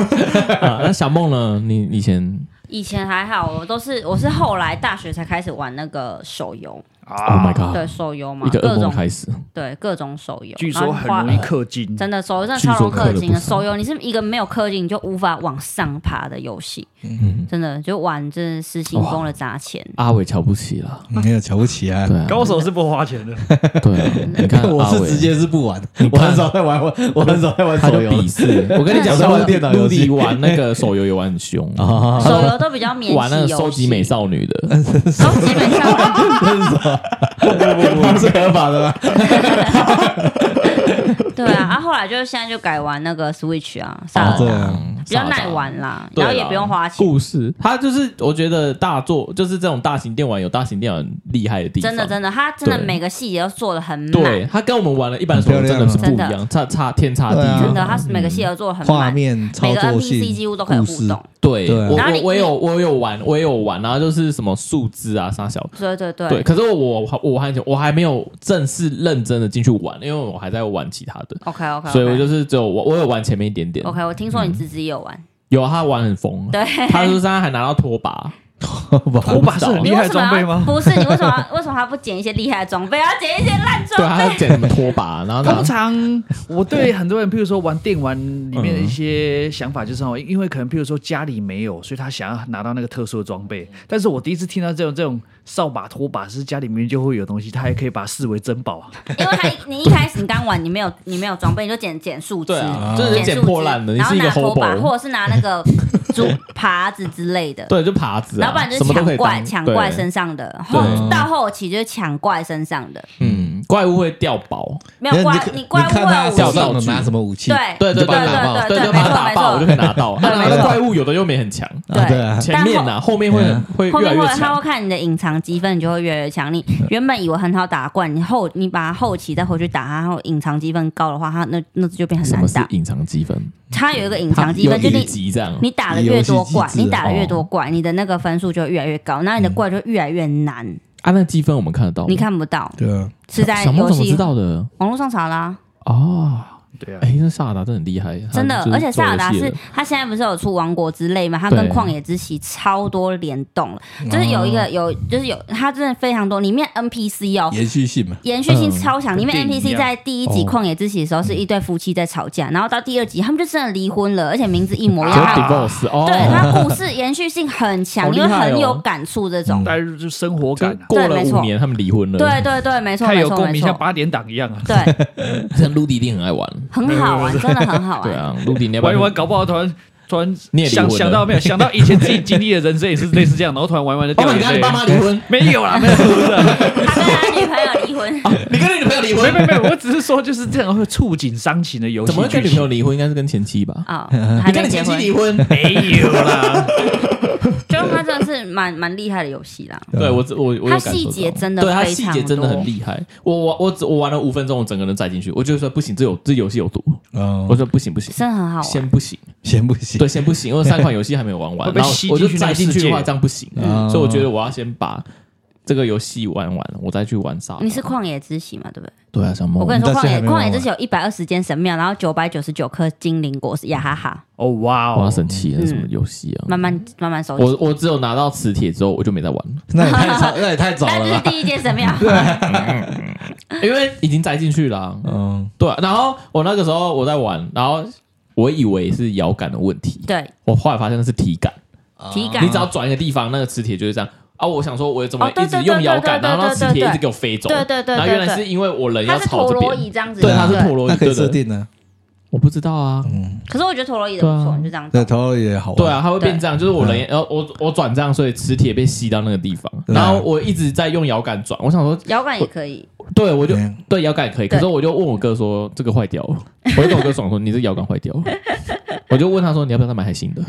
啊那小梦呢？你以前
以前还好，我都是我是后来大学才开始玩那个手游，
，Oh
啊
my god，
对手游嘛，
一个
各
噩梦
种
开始，
对各种手游，
据
然
说
后
很
花
容易氪金，
真的手游真的
据
超
说
容易
氪
氪
得
金
不
的，
少
手游你是一个没有氪金你就无法往上爬的游戏，
嗯
真的就玩这失心疯了砸钱，
阿伟瞧不起 了，
没有瞧不起啊
对。啊，
高手是不花钱的，
对啊，
嗯
你看
我
阿
是
伟
直。接是不玩，我
看
很少在玩，我我很少在玩
他就
手游。
鄙视。我跟你讲，
我在玩电脑游戏
陆地玩那个手游也玩很凶，
啊，
手游都比 较免
玩那
洗
个
游
收集
戏，
美少 女的，
收集美少女。
这是什么？不不不，是合法的吗？
对啊，啊，后来就是现在就改玩那个 Switch 啊，
哦
萨尔
对
达
啊
比较耐玩啊啦，
哦对
然
啦
后也不用花钱，
故事，它就是我觉得大作就是这种大型电玩有大型电玩厉害的地方，
真的真的，它真的
对
每个细节都做的很
对
满，
它跟我们玩的一般手游真的是不一
很漂亮
样，差差天差地
对啊
远
真。的，它每个细节都做的很
画
满，
面操
每个
作性
NPC 几乎都可以
故
互
事
动，
对，
对啊
我
然后
我
你
我有我有玩，我也有玩，然后就是什么数字啊啥小。
对对对
对，可是我我我还我还没有正式认真的进去玩，因为我还在玩其他的，
，OK OK，
所以我就是嗯只有我我有玩前面一点点，
OK，我听说你侄子也有玩，
有啊他玩很疯，
对，
他说他还拿到拖 把，
我把是很
你
哦厉害
为
的
什么
装备
要
吗？
不是，你为什么要为什么他不捡一些厉害的装备，要捡一些烂
对，
装
啊
他
备？
捡什么拖把，然后拿
通常我对很多人，譬如说玩电玩里面的一些想法，就是哦，因为可能譬如说家里没有，所以他想要拿到那个特殊的装备。但是我第一次听到这种这种扫把、拖把是家里面就会有的东西，他还可以把它视为珍宝啊。
因为他一你一开始你刚玩，你没有你没有装备，你就捡捡树枝
对啊，
嗯
就是捡
树
破
枝
烂的，你
然后
是一个
拿拖把，
hobo，
或者是拿那个 竹耙子之类的，
对，就耙子啊，
老板就
什
是
么都可
抢
以
怪，
当
抢
对
怪身上的，后
对啊
到后期就是抢怪身上的，
嗯，怪物会掉宝，
没有怪
你
怪物
看他
会
手
有武器，
上有拿什么武器？啊
对
对对
就把
对
它打
对
爆
对，
对
就
没
把
错
它打爆，我就
没
可以拿到，他
对
拿
没
到
错
怪物有的又没很强，
啊，对啊
对，
前面呢后面会很会
后
越来
面
越
会他
强
会，看你的隐藏积分，你就会越来越强。你原本以为很好打怪，你后你把它后期再回去打它，然后隐藏积分高的话，它那那就变很
什么
难
是
打。
隐藏积分？
它有一个隐
它
藏积
有
分，就
一
你
级这样，
你打的越多怪
游戏，机制
你打的越多
哦
怪，你的那个分数就越来越高，那你的怪就越来越难，
啊，那积分我们看得到吗，
你看不到，
对啊，
是在
小梦
游
怎么知
戏
道的？
网络上查啦。
哦，
对啊，
哎，那萨尔达真的很厉害，
真的
他就，是
而且萨尔达
做游戏
是
的
他现在不是有出《王国之泪》吗？他跟
对
《旷野之息》超多联动了，就是有一个
嗯
有，就是有他真的非常多，里面 NPC 哦。
延续性嘛，
延续性超强，里面
跟电影一
NPC
样
在第一集
哦
《旷野之息》的时候是一对夫妻在吵架，然后到第二集他们就真的离婚了，而且名字一模一
就
样。还有
divorce 哦，
对，他故事延续性很
好
强，
厉
因
害
为
哦
很有感触这种。
大家就生活感啊，
过
对
了
没
五
错
年，他们离婚了。
对，对对，没错
太
没
有
错
共
没
鸣，像
错，
八点档一 样啊。
对，
像陆地一定很爱玩。
很好玩，真的很好
对
玩。
啊，陆地你要不
玩一
要
玩，搞不好突然突然
你也离
想
婚了
想到没有？想到以前自己经历的人生也是类似这样，然后突然玩一玩就
哦，
掉
你跟
眼
你
泪
爸。妈离婚，
没有啦，没 有，
他跟他女朋友离婚，
你跟你女朋友离
没
婚，
没没，我只是说就是这样会触景伤情的游戏
怎么会跟
剧
女朋友
情。
离婚？应该是跟前妻吧？
哦，还
你跟
没
你
结
前妻
婚，
离婚，
没有啦，
就是他真的是蛮蛮厉害的游戏啦。
对我只，我我有
它
感受到
细节真的
对它
非
细
常
节真的很
多
厉害。我我我只我玩了五分钟，我整个人栽进去，我就说不行，这有这游戏有毒。我
哦，
说不行不行，
真的很好玩。
先不行，
行不行？
对，先不行，因为三款游戏还没有玩完
会，被
然后
吸
我就
进去那
栽
个
进
世
去
界
的话，这样不行。
嗯
所以我觉得我要先把这个游戏玩完，我再去玩啥。
你是旷野之息嘛？对不对？
对啊，小
我
梦，
跟你说，
但是
旷野
还没玩
旷
完
野之息有一百二十间神庙，然后九百九十九颗精灵果实，呀哈哈！
哦哇
我要
哦，
生气，那什么游戏啊？
慢慢慢慢收集。
我我只有拿到磁铁之后，我就没再玩，
那也太早，那也太 早
但
了
是
吧？
第一间神庙，
啊嗯 因为已经栽进去了啊、
嗯，
对啊、然后我那个时候我在玩，然后我以为是摇杆的问题，
对，
我后来发现那是体感，
体感
啊你只要转一个地方，那个磁铁就是这样。啊！我想说，我怎么
哦
一
对
直
对
用
对
摇
对
杆，
对
然后让
对
磁
对
铁一
对
直给我飞走。
对对对
然后原来
对
是因为我人
它
要
是
朝
陀
这
螺
边，
仪这样子。
对，它是陀
螺。
啊
螺
那
仪，
可以
对
设
对对。
定呢。
我不知道啊，
可是我觉得陀螺仪的不
对
错，
啊
你就这样。
对，头螺也好玩。
对啊，，它会变这样，就是我人也，然后我我转这样，所以磁铁被吸到那个地方，
对啊
然后我一直在用摇杆转，我想说，
摇杆也可以，
对我就
嗯
对摇杆也可以，可
对
是我就问我哥说这个坏掉了，我就跟我哥爽说你这摇杆坏 掉了，我就问他说你要不要再买 台新的？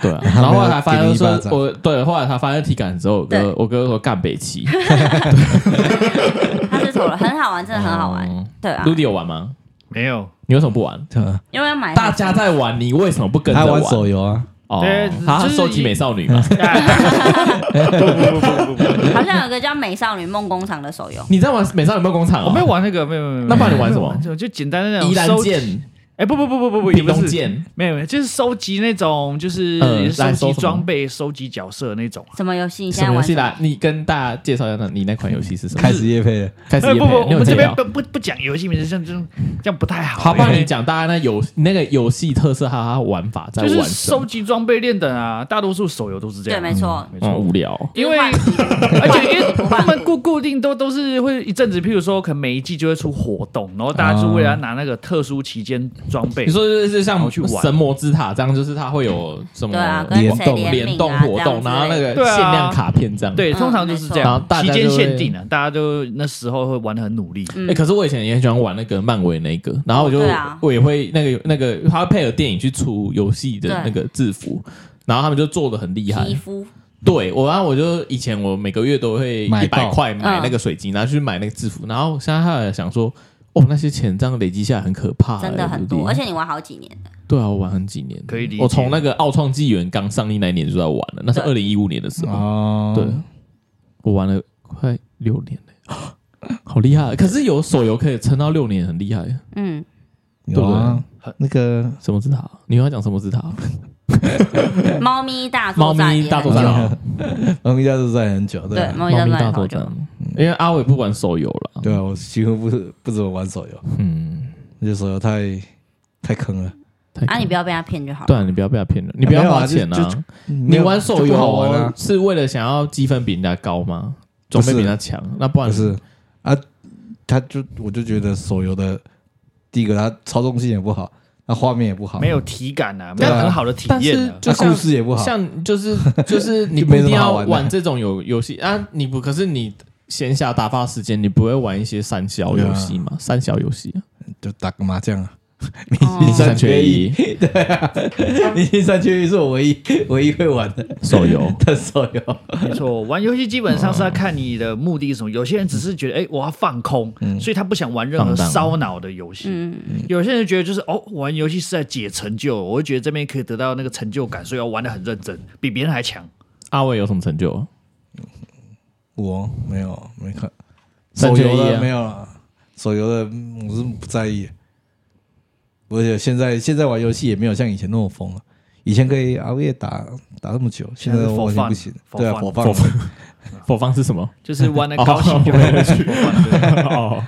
对啊，然后后来才发
给你
现
一巴
说
掌
我对，后来才发现体感之后，我哥
对
我哥说干北齐，
它是陀螺，很好玩，真的很好玩。
嗯。
对啊，
Rudy 有玩吗？
没有，
你为什么不玩？
嗯
因为要买
大家在玩，你为什么不跟着
还玩手游啊？
哦
对，
他
就是
收集美少女嘛。
好像有个叫《美少女梦工厂》的手游，
你在玩美少女梦工厂
我
哦？
没有玩那个，没有没有没有。
那不然你玩什么
没有？就简单的那种
宜兰
收集
剑、
哎，不不不不不不，也
屏
不
东
是，
剑，
没有没有，就是收集那种，就是
嗯
也是
来收
收集
什么
装备、收集角色那种。
什么游戏？你现
什
在
么游
玩
戏
什么
啦？你跟大家介绍一下，那你那款游戏是什么？
开始夜配了，
开始
哎
业
不
配
不，
了，
我
你有
们这
介
边
绍
不。不不讲游戏名字，这样这样这样不太好。
好，不
因
然
为
你讲大家那游那个游戏特色，哈哈，玩法在
就是
玩什
收
么？
集装备练等啊，大多数手游都是这
对，
样。
没错，
没
嗯，
错，
无聊。
因为
就是换衣服
而且因为
换
他们
服
固固定都都是会一阵子，譬如说可能每一季就会出活动，然后大家就为了拿那个特殊期间装备
啊你。说就是像
我去玩
神魔之塔这样，就是它会有什么
对啊，
联
跟谁
动
联
联
名
动
啊，
活
这
动，
样之
然后那
类的
个
对啊
限量卡片这样。
对，
嗯
通常就是这
没错然
后
样，
大
期
家就
间
会
限定啊，大家就那时候会玩的很努力。
嗯
哎、可是我以前也很喜欢玩那个漫威那个，然后我就、
哦对啊
我也会那个那个，他会配合电影去出游戏的那个制服，然后他们就做的很厉害
皮。肤，
对我，然啊后我就以前我每个月都会
买
一百
爆
块买
嗯
那个水晶，然后去买那个制服，然后现在后来想说，哦，那些钱这样累积下来很可怕、
真的
哎
很
对不
多，
对
而且你玩好几年了，
对啊，我玩很几年，
可以理解
我从那个奥创纪元刚上映那一年就在玩了，那是二
对
零一五年的时候，
哦，
对，我玩了快六年了、 好厉害！可是有手游可以撑到六年，很厉害。
嗯，
有啊，那个
什么之塔？你要讲什么之塔？
猫咪大
猫
作战也
咪
很
大作
久
战
久
啊，
我们家都在很久，对
对，
啊
猫咪
猫
大
咪
作战
大
也好
作
久
战，。因为阿伟不玩手游了。
对啊，我几乎不不怎么玩手游，
嗯，
那些手游太太坑了。
太
啊，你不要被他骗就好
对
了。
啊，你不要被他骗了，你不要花钱
没有啊就
啊！你玩手
就不好玩
游
啊？
是为了想要积分比人家高吗？装备比人家强？那不然
不是啊，他就我就觉得手游的第一个，它操纵性也不好，它画面也不好，
没有体感啊，没
对啊
有很好的体
但
验
是
啊。
就
它
像
故事也不好。
像 就是就是你
就
不
没
一
什么
定要
好玩的
玩这种游游戏啊，你不可是你闲暇打发时间，你不会玩一些三消游戏嘛？三消游戏啊，
就打个麻将啊，
哦
你
三缺一，
明星三缺一是我唯一唯一会玩的
手游。
的手游。
没错，玩游戏基本上是要看你的目的是什么。有些人只是觉得，哎、我要放空，所以他不想玩任何
嗯放荡啊嗯
烧脑的游
嗯
戏。有些人觉得就是，哦，玩游戏是在解成就，我会觉得这边可以得到那个成就感，所以要玩的很认真，比别人还强。
阿伟有什么成就？
我没有没看
三
手
缺一啊
游的没有了，手游的嗯我是不在意。而且现在现在玩游戏也没有像以前那么疯了。以前可以熬夜打打那么久，现在
现在是
完全不
for fun，
行。
for
对啊，
fun
火放
，for fun 佛方是 什么？
就是玩的高兴就会去玩对
哦，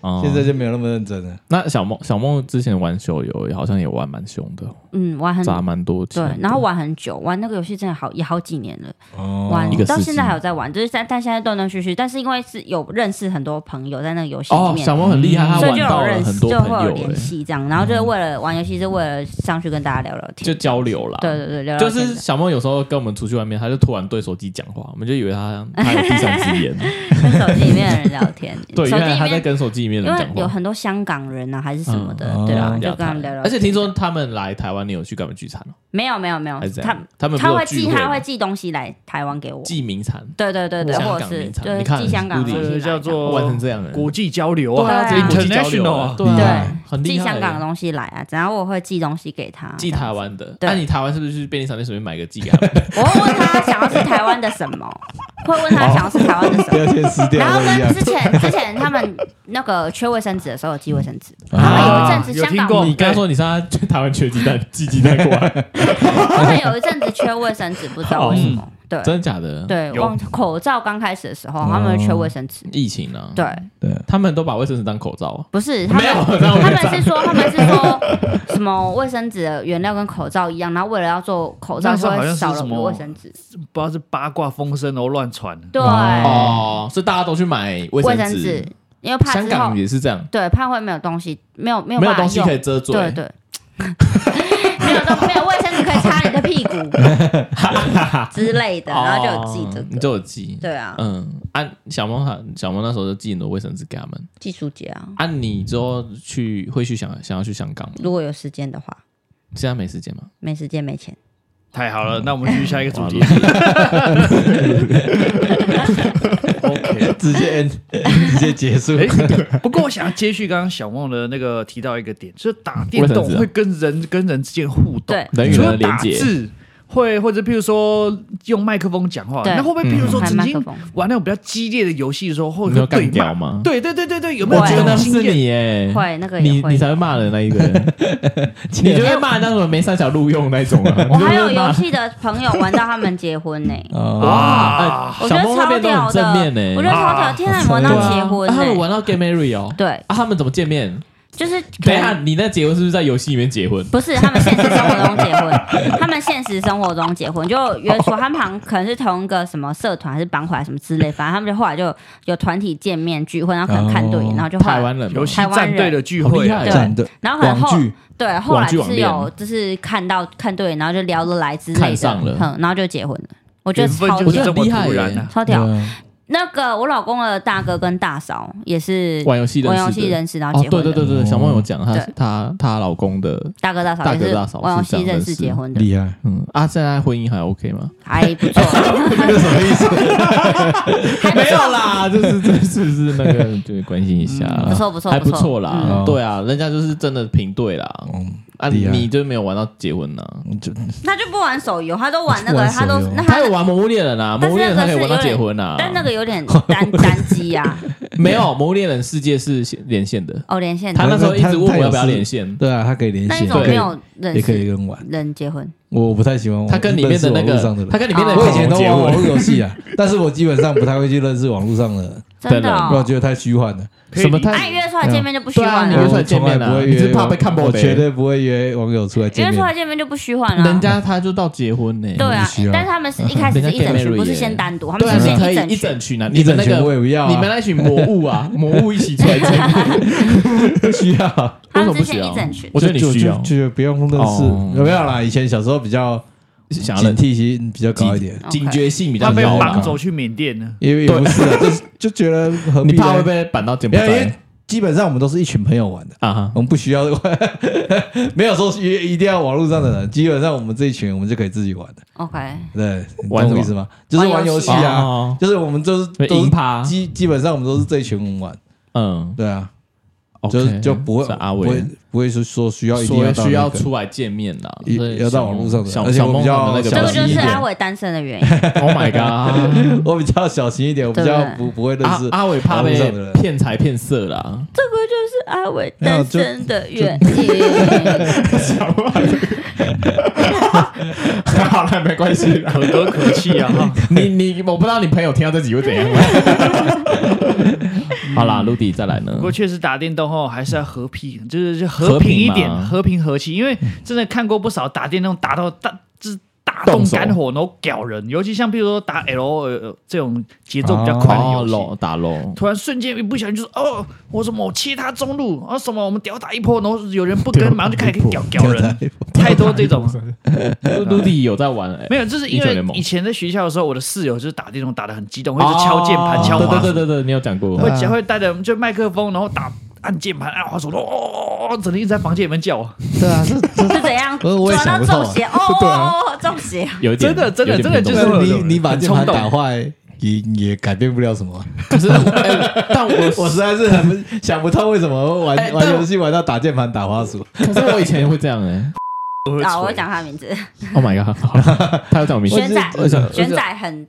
哦
现在就没有那么认真了。
那小梦小梦之前玩手游，好像也玩蛮凶的，
嗯，玩很
砸蛮多钱
对
的。，
然后玩很久，玩那个游戏真的好也好几年了，
哦
玩
一个
到
世
现在
纪
还有在玩，就是但但现在断断续续，但是因为是有认识很多朋友在那个游戏里
哦，
面，嗯
小梦很厉害，他
所以
玩
就有
到了
认
很
识，
多
就会
朋
有
友、
联
欸，
系这样，然后就是为了玩游戏，是为了上去跟大家聊聊
就
天，
交流啦。
对对对，聊聊
哎就
天
是
的
小梦有时候跟我们出去外面，他就突然对手机讲话，我们就以为他他有第三只眼。
跟手机里面的人聊天，
对，
手
原
机
来
里
他在
面
跟手机里面
因
的人
为
讲
有
话。
很多香港人啊还是什么的
嗯，
对啊，
嗯
就
聊
跟他们聊
天
聊，
而且听说他们来台湾，你有去跟他们聚餐哦，
没有没有没有
还是，怎
他
样？他们
他
不
会
是有
寄
聚会
他会
吗
寄东西来台湾给我，
寄名产，
对对对对，
香
或
港
者是
名产
对
你看
寄香港的
Rudy
东西来
这叫做
玩成这样的，
国际交流
对哦啊，
啊
这
对
是国际交流
international
啊，
啊，
对啊
对，
很
寄
厉害欸。
香港的东西来啊，然后我会寄东西给他，
寄
这样
台湾的，
对
那、你台湾是不是去便利商店随便买个寄给他 们？
我会问他想要吃台湾的什么，会问他想要吃台湾的什
不
么。
要先撕掉
然后
都一
跟
样。
之前之前他们那个缺卫生纸的时候有寄卫生纸，
啊
他们有一阵子
有
香
听过
港，
你刚说你上次去台湾缺鸡蛋，寄鸡蛋过 来，
他们有一阵子缺卫生纸，不知道为什么。对
真的假的？，
对，
有
忘口罩刚开始的时候，他们缺卫生纸。
疫情啊，，
对，
他们都把卫生纸当口罩啊。
不是他
没有，
们。
那我
他
没
们
讲
是说，他们是说什么卫生纸的原料跟口罩一样，然后为了要做口罩，
那时
就
候好
会
像是
少了
什
很多
么
卫生纸。
不知道是八卦风声哦乱传。
对，
哦，是大家都去买卫
卫
生
生纸，因为怕
香
之后
港也是这样，
对怕会没有东西，没有没有
没有
办法
东西
用
可以遮嘴，
对对， 没有都没有卫生纸可以擦你的屁股之类的，
哦
然后就有记这
你
个。
就有记，
对啊，
嗯，啊，小猫他小猫那时候就寄很多卫生纸给他们。
寄书节啊，
啊，你之后去会去想想要去香港吗？
如果有时间的话，
现在没时间吗？
没时间没钱。
太 好了，那我们继续下一个主题。OK，
直
哎
接 end，直接结束。
哎，不过我想要接续刚刚小梦的那个提到一个点，就是打电
卫生
动
纸啊
会跟人跟人之间互动，
对，
人与
除
人的
了
连
打
接，
字，会或者譬如说用麦克风讲话，
对嗯
那会不会譬如说
还有
曾
麦
经
克风，
玩那种比较激烈的游戏的时候，会
你有
会
干
对
掉
骂？
吗？
对对对对对，有没有
我
会
这
觉
种
得
经
是
验？
你哎，
会那个
你
也
你
会。
才会骂人那一个人，你就会骂人那种没三小录用那种啊。
我还有游戏的朋友玩到他们结婚 呢，
哦，
哇
哇，
啊我
哎
觉
小
得
梦那
超
边都
屌
很
的
正面呢，，
我觉得超屌，
啊
天哪，你玩到
对啊
结婚
啊他们
呢？
玩到 get married 哦。
对，
啊，他们怎么见面？
就是
等一下，你那结婚是不是在游戏里面结婚？
不是，他们现实生活中结婚， 他们现实生活中结婚就约出，他们好像可能是同一个什么社团还是帮会还是什么之类，反正他们就后来就有团体见面聚会，然后可能看对眼，
哦
然后就后来
台湾人吗
游戏战队的聚
好
会
厉
啊，
害
对
站的
然后可能后
网剧
对后来就是
网
有就是看到看对眼，然后就聊得来之类
看
的
上了，
嗯，然后就结婚了。我觉
缘
得
分
超
就是
屌
这
我觉得很厉
么
害
突
耶
然啊。
超屌。
嗯
那个我老公的大哥跟大嫂也是
玩游戏认
玩
识的
游戏认识，然
哦
后结，婚
对
的。
对对对，小梦有讲她
嗯对
她她老公的，
大哥大嫂
大
也
哥
是
大嫂
玩游
是这
戏
样
认
认
识
识
结婚的，
厉害，
嗯啊，现在婚姻还 OK 吗？
还不 错，
这什么意思？
还不
没有
错
啦，就是这是不是那个就关心一下，啊
嗯不错不错
还不
不错
错啦
嗯。
对啊，人家就是真的平对啦。
嗯，
啊，
厉害
你就没有玩到结婚啊呢？
就
他就不玩手游，他都玩那个，
他不玩
他都
手游
那
他有玩《魔物猎人》 啊，《
但
魔
是
物猎
那
人》他
个
可
是
以玩到结
有点，
婚啊。
但那个 有点单单机啊，
没有《魔物猎人》世界是连线的，
哦，连线的
他那时候一直
他
问
他
我
有
要不要
是
连线。
对啊，他可以连
那一
线，
种
可
没
以
有人
也可以跟人玩。
人结婚，
我不太喜欢网，
他跟里面的那
认识网络上
个
的，
他
人。
跟里面的
哦
我以前都
结
玩网
婚
络游戏 啊，但是我基本上不太会去认识网络上的人，
真
因
的
为我
哦。
觉得太虚幻了。
可以
什么
理
太
哎，约出来见面就不虚
对啊
幻
你
了，
约出来
我
见
从
面啊
来不会
你是
约，
怕被看爆
我
呗
绝对不会约网友出来见
约出来
面。
见面就不虚幻
啊人
了。
家他就到结婚呢。
啊对啊
不需要，
但是他们是一开始是一整群，不是先单独，他
对
们
啊，
是
是可以
先
一
一
整
整群。
群啊，
一
你
整
们那
群我
个
也不要啊，
你们那群魔物啊， 魔物一起出来见面，
不 需要，
他
为什么不
们之
需
前
要
一整群，
我觉得你
就就
需要
就就不用认识
哦，
有没有啦？以前小时候比较
想要
警
冷
惕心比较高一点，
警觉性比较
他被
高
绑
啦，
走去缅甸呢，
因为也不是 啊，就是就觉得何
你
必呢
怕会被绑到柬埔
没有，因为
寨
基本上我们都是一群朋友玩的，
啊哈？
我们不需要 没有说约一定要网络上的
嗯
人，基本上我们这一群我们就可以自己玩的，
OK，
对，你
玩
懂我
什么
意思吗？就是玩游戏啊，
哦，
就是我们就是
被
都
银
是
趴，
基基本上我们都是这一群人玩，
嗯，
对啊，就是
OK，
就不会
是阿
不会
伟，
不会说说需要一定
所
要
以
到
需要
那个
出来见面啦。
一
所以
要到网络上的
小
而且
小
我
梦
比较
他们那个
小
这
表
个
心
情
就
一
是
点
阿伟单身的原因。
Oh my god！
我比较小心一点，我比
对
较
不
不不会认
阿
识
阿伟怕
网络
被
上的人
骗财骗色啦，
这个就是阿伟
没有
单
就
身的原因。
好了，没关系啦。
可歌可泣啊！ 哈
你你，我不知道你朋友听到这集会怎样。 好啦，陆迪再来呢
不。过确实打电动后还是要和平，就是就和平一点
和平，嘛
和平和气。因为真的看过不少打电动打到大，就是大动肝火，然后屌人。尤其像比如说打 L O L 这种节奏比较快的
哦
游戏，
，low 打 low，
突然瞬间一不小心就是哦，我什么我切他中路，啊什么我们屌打一波，然后有人不跟，马上就开始屌屌人，太多这种。
陆迪有在 玩，哎
没有，就是因
英雄
为
联盟
以前在学校的时候，我的室友就是打电动打的很激动，会一直敲键盘、
哦
敲滑
对对
鼠，
对对，嗯你有讲过。
会讲会带着就麦克风，然后打按键盘、按滑鼠，哦哦哦哦，整天一直在房间里面叫。
对啊， 是
是怎样？
我我也
抓
想不
到
到
中邪哦
对啊
哦哦，中邪！
有一点
真的真的
有一点
真的
变动
就是
但
会
是
有
你你把
很
键
冲
盘
动
打坏，也也改变不了什么。
可是， 哎但我
我实在是很想不透为什么玩
哎
玩
但
游戏玩到打键盘打花鼠。
可是我以前会这样哎。
啊，我讲他名字，
Oh my god！好了他有讲我名字。
轩仔
我想，
玄仔很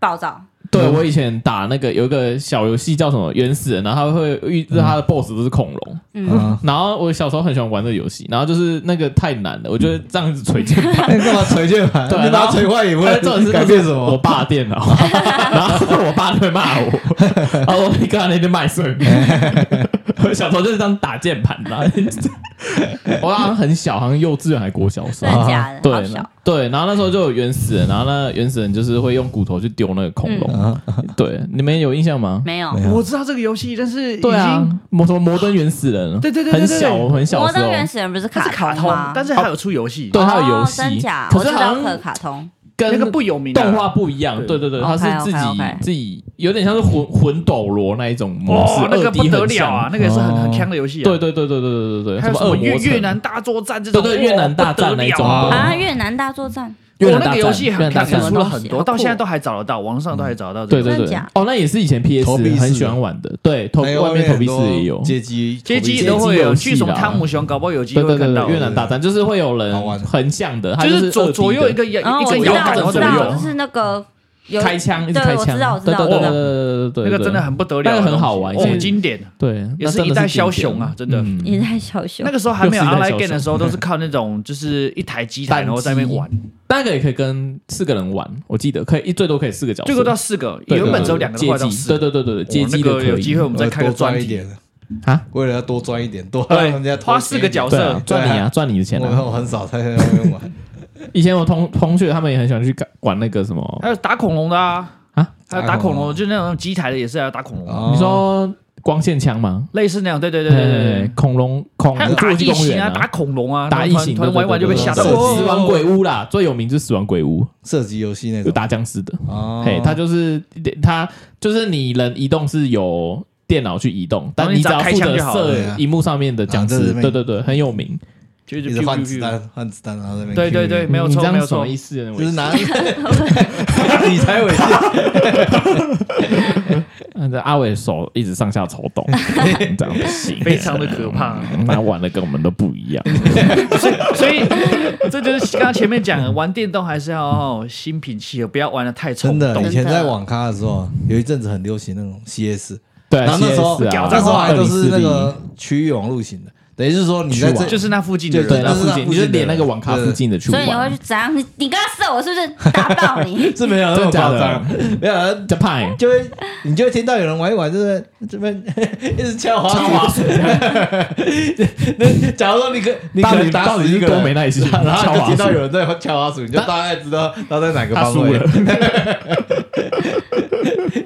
暴躁，
对我以前打那个有一个小游戏叫什么《原始人》，然后他会预知他的 BOSS 都是恐龙。
嗯，
啊
然后我小时候很喜欢玩这个游戏，然后就是那个太难了，我觉得这样子 锤键盘。
那你哎干嘛捶键盘？
对
你
然
把
后
它捶坏也不
但是重点是
会改变什
我
么。
爸的 电脑，然后我爸就会骂我，然后我你刚才那边卖睡眠。我小时候就是这样打键盘的啊，我好像很小，好像幼稚园还国小的时
真
嗯
候。
的假的？好
对
小，
对，然后那时候就有原始人，然后那原始人就是会用骨头去丢那个恐龙。
嗯
对，你们有印象吗？
没有。
我知道这个游戏，但是已
对啊
经，
摩什么摩登原始人，
对对对对
很
对
小，我很小
摩
的时
登原
候，
始人不是
它是卡
通啊
通
吗？，
但是还有出游戏，
对，它有游
哦
戏
真假，？
可
我
是
知
好
道
像
可卡通，
跟
那个不有名的
动画不一样，
对
对对对，它
哦 OK，OK，OK
是自己自己有点像是魂魂斗罗那一种模式
哦，，那个
二
不
D
得
很
了啊
像，，
那个也是很
哦
很强的游戏啊。
对对对对对对对对，
还有什
恶
么
魔
越
城
越南大作战这种，哦
对对越南大战
哇不得
那
了
种
啊
对
啊，越南大作战，
越
我
南
那
大
个
战
游戏很
越南大
看
战
出了很
好酷哦
多，到现在都还找得到，网上都还找得到。
对对
真
对
假，
哦，那也是以前 PS
投币式
很喜欢玩的，对，投
还有
外面投币式也
很
有
多，街机
街机
都会
都会
有
有，
巨
据
手
说
汤
汤
姆
姆熊搞不好有机
对
会
对
看
对
到啊
对，。越南大战就是会有
好玩
人很像的，它
就是
二
左
D
左右
的
一个摇
哦，
一
我
个
知
摇
道
杆，然
我知
后怎么
道，
有
就是那个有
开枪，一直
对
开
我
枪，
知道我知
对
道
对对
我知道
对对对对，
那个真的很不得了，
那个很好玩
哦
以前，
经典，
对，
也
那
是
真的
一代
经典
枭雄啊真的
嗯
一代小熊
那，个时候还没有
又是一代
online
小
game 的
手
时候，都是靠那种就是一台机台，
单
然后在那边
机
玩，
那个也可以跟四个人玩，我记得可以一最多可以四个角色，
最多到四个，
对对
原本
对
只有两个的
街
话到
机，
四
对
个。
对对对对，街
哦那
机的
个
可以。
有机会我们再开个
多赚
专
一
题。
点
啊，
为了要多赚一点，多
对
让人家多
花四个角
对
色
啊，赚你啊，赚你的钱
我
啊！
我很少在那边玩，
以前我同同学他们也很喜欢去干管那个什么
还，有打恐龙的啊，
啊
还有
打
打恐
恐
龙，
龙
就那种机台的也是要打恐龙啊，
哦
你说光线枪吗？
类似那样，对对对对对对。
恐龙恐
还有
龙
打
侏罗纪
异
公
形
园
啊，打恐龙啊，
打异形，
突然玩一玩就被吓到
对对对对
死亡鬼屋啦，最有名就是死亡鬼屋，
射击游戏那
就
种
打僵尸的。
哦
嘿，它就是它就是你人移动是由电脑去移动，但
然后哦你
只
只
要
要开
负
枪
责
就好了
对
射
啊
荧幕上面的僵
啊这
尸
是，
对对对，很有名。
就
一直换子弹，换子弹，然后在那边
对对
Q
对，没有
你这
错，
样
没有
什么
错
意。思？
就是拿你才 猥亵，
嗯，这阿伟手一直上下抽 动，这样不行，
非常的可怕，
那玩的跟我们都不 一样。
所以这就是刚刚前面讲，的，玩电动还是要心平气和，不要玩的太
真
冲
的。
动
以。
真
前
的
在网咖的时候，有一阵子很流行那种 CS，
对，
然后那时候
CS 啊
那时候还都是那
2040
个区域网路型的，等于是说你在
区域网
这
路
就是那附近的
对
对
人
那
啊，
但是
附
它
近，
不
你
是
就
人
连那个网咖
对？
附近的去
所以你会
玩
去，怎样？你你刚刚射我是不是打爆你
是没有那
真
么
的假
夸
的
张，？ 没有。啊
加 派
就会，你就会听到有人玩一玩，就是这边 一直敲滑
敲滑
鼠。 那假如说你可你可
到底
能打
到
死
底
一
是
个
多
人
没，耐心，
然后你就听
敲
到有
滑鼠
人在敲滑鼠，你就大概知道他在哪个
他
方
输
位
了。。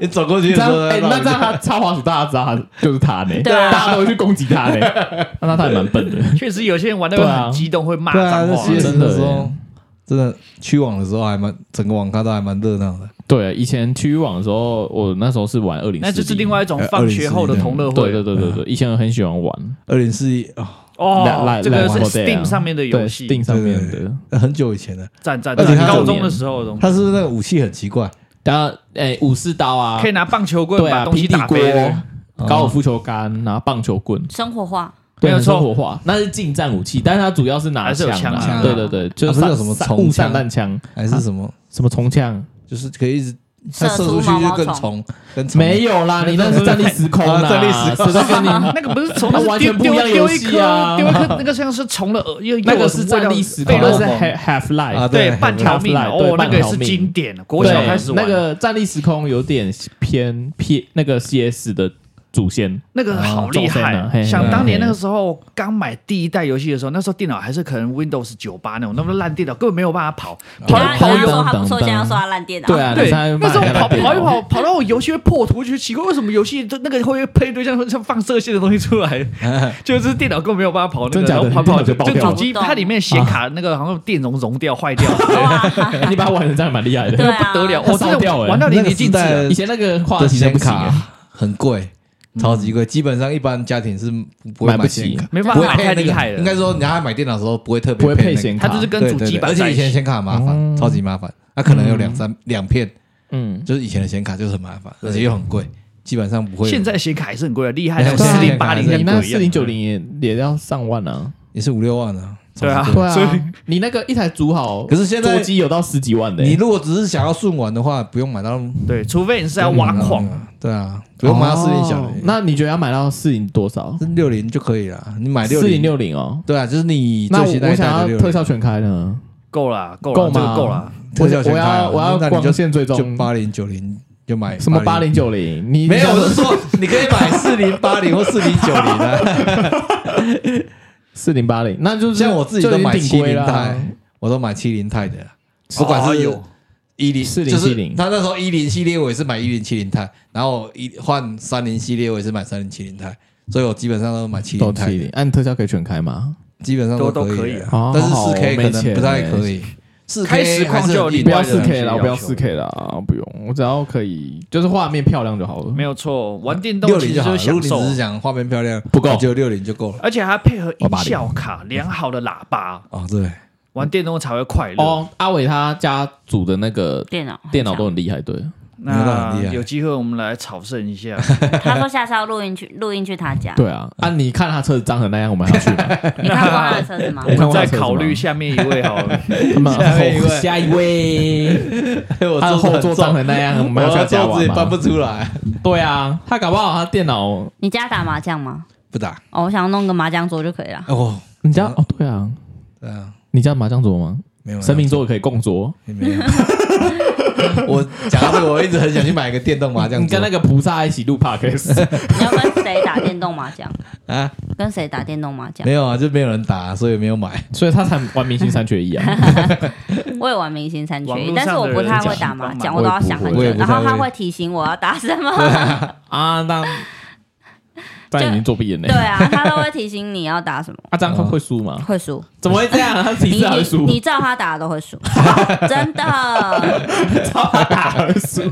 你走过去
这
的时
样
候，
哎，那这样他超滑鼠，大家知道他就是他呢，
对啊
大家都会去攻击他 呢，那他也蛮笨的。
确实有些人玩的会
对啊
很激动，会骂
对啊，
脏
这
话
是。
CS
真的
的时候
耶，
真的去网的时候还蛮整个网咖都还蛮热闹的。
对，啊以前区域网的时候，我那时候是玩二零，嗯
那就是另外一种
呃
放学后的同乐
对
会啊嗯
对对对对，以前我很喜欢玩，
二零四一哦，
来
哦
来，
这个是
来
Steam 上面的
啊对
游戏，
，Steam 上面
对
的。
很久以前的，
赞赞
而且
赞！
它
高中的时候的东西，
他是不是那个武器很奇怪？
然后，哎，武士刀啊
可以，拿棒球棍
对
把
啊，
东西
平底
打
锅
飞的。，
哦高尔夫球杆，然后棒球棍，
生 活化，
对，
没有
很
错
生活化，那是近战武器，但是它主要是拿
还是有
枪
枪
啊，
啊
对对对，就
啊不是
散
有什么
散
冲
雾
枪
散弹枪，
哦还是什么，
什么冲枪？
就是可以一直它
射
射
出
出去
毛毛
就更
虫
虫，跟虫
没有啦，你那是站立时空啦，
啊站立时空
谁在跟你
那个不是虫，
那
是
完
丢
全不一样
丢
游
丢一
戏啊
颗，丢一颗，那个像是虫的耳，又
那个是站立时
被
空，
贝洛
那
蒙
是 half half
啊
life。
对
对半条命啊，
Half-Life，对
哦，那个也是
半条命
经典，国
对，
小开始玩
那个站立时空有点偏偏那个 CS 的祖先，
那个
哦
好厉
中山啊
害！
嘿
想当年
嘿
那个时候刚买第一代游戏的时候，那时候电脑还是可能 Windows 九八那种那么烂电脑，根本没有办法跑，
对
跑
人
朋友
家人家
一跑游。
说他不错，现在要说他烂电脑，
对 啊，
对，那时候跑
对
跑一跑，跑到我游戏会破图，就奇怪为什么游戏那个会配一堆像像放射线的东西出来， 就是电脑根本没有办法跑那
真
个，
假
然
的
后跑跑
你电脑就爆
就
掉
主
了
机它里面显卡那个好像电容融 掉坏掉，
啊
哎你把它玩成这样蛮厉害
对
的。
啊，
不得了，
它
我真
烧掉
的
欸
玩到
那
淋
个
漓
时
尽致
代
啊。
以前那个话
的
题都
显
不行
卡
欸，
很贵，超级贵，基本上一般家庭是不
买
会
不
买
起
显卡，
没办
不
法
会
买
配
太
那
厉
个
害了
应该说，你要买电脑的时候不会特别
不会配
那个
显
它
卡，哦
就是跟
对
主
对
机
对
版
而
在
且
一
以前
起。
显卡很麻烦，超级麻烦。它可能有两三两片，
嗯，
就是以前的显卡就是很麻烦，而且又很贵，基本上不会有。
现在显卡也是很贵的，厉害的，
对
四
啊
零八零
你那四零九零也也要上万啊。
也是五六万啊。
对啊
超级贵
对
所以
啊，你那个一台组好，
可是现在
桌机有到十几万的欸，
你如果只是想要顺玩的话，不用买到
对，除非你是要挖矿，
对啊，不用买到四零小
哦
的，
那你觉得要买到四零多少？
是六零就可以了。你买六
四零，六零哦。
对啊，就是你
那
最
我
新那
我
一代
想
的
要
六
特
零。
效全开呢？
够了，够
够
了，这
吗
个够了。
我
特效全
我
开啊
要我
那
要
你就
光线最
就
终
八零九零就买
什么八
80？
零九零？你
没有，我
你想
是
说
说你可以买四零八零 或四零九零的。
四零八零，那就是
像我自己都买
就已经
七
顶规啊
零
啦
钛，我都买七零钛的，不管
哦
是
有
一零
4070
他那时候一零系列我也是买一零七零钛，然后一换三零系列我也是买三零七零钛，所以我基本上都买七
都
零
七
钛
零
的，，
按特效可以全开吗？
基本上
都都
可
可
以
以
的
啊
但是
好
四 K
没
可能不太
钱
可以，四
开
K
实况
还是
就
有
有
一
另
不
定
外
要
的
四
的
K 啦，
要
我不要
求
四 K 啦，不用，我只要可以，就是画面漂亮就好了。
没有错，玩电动
六
其
零就
实
好
就
了。
是
如果
享
你
受啊，
只是想画面漂亮，
不够
就六零就啊够了。
而且还配合音效卡、良好的喇叭，
哦，对，
玩电动才会快乐。
哦，阿伟他家组的那个
电脑，
电脑都很厉害，对，
那倒
那
很厉害
有机会我们来朝圣一下，
他说下次要录音去录音去他家，
对啊，啊，你看他车子脏成那样，我们还要 去吗？
你看过他的车子 吗？
我
看
们
过他
再
车子吗
考虑下面一位好了。
他们
下一位
下一位，
我
他的后座脏
重，
成那样，我们要去
我
他家
桌子
玩
也搬
吗
不？出来，
对啊，他搞不好他电脑，
你家打麻将吗？
不打
哦，我想要弄个麻将桌就可以 了。
哦，
你家哦，对啊，
对啊，
你家麻将桌吗？
没有啊
神明桌也可以供桌，
也没有。 我讲到这个，我一直很想去买一个电动麻将
你
桌
跟那个菩萨一起录 podcast，
你要跟谁打电动麻将？
啊，
跟谁打电动麻将
没？有啊，就没有人打，所以没有 买。
所以他才玩明星三缺一 啊。
我也玩明星三缺
网
一，
络
但是
上
我
的
不
人
太
讲
会打
帮
麻
忙
将，我都要想很
我
久
也，不
然后
太
他
会
会提醒我要打什么。
啊，那但已经作弊了呢
对。啊，他都会提醒你要打什么，
啊，这样会会输
哦
吗？
会输。
怎么会 这样？啊他自己
你
是还会输，
你照他打的都会输，真的。
超他打还输，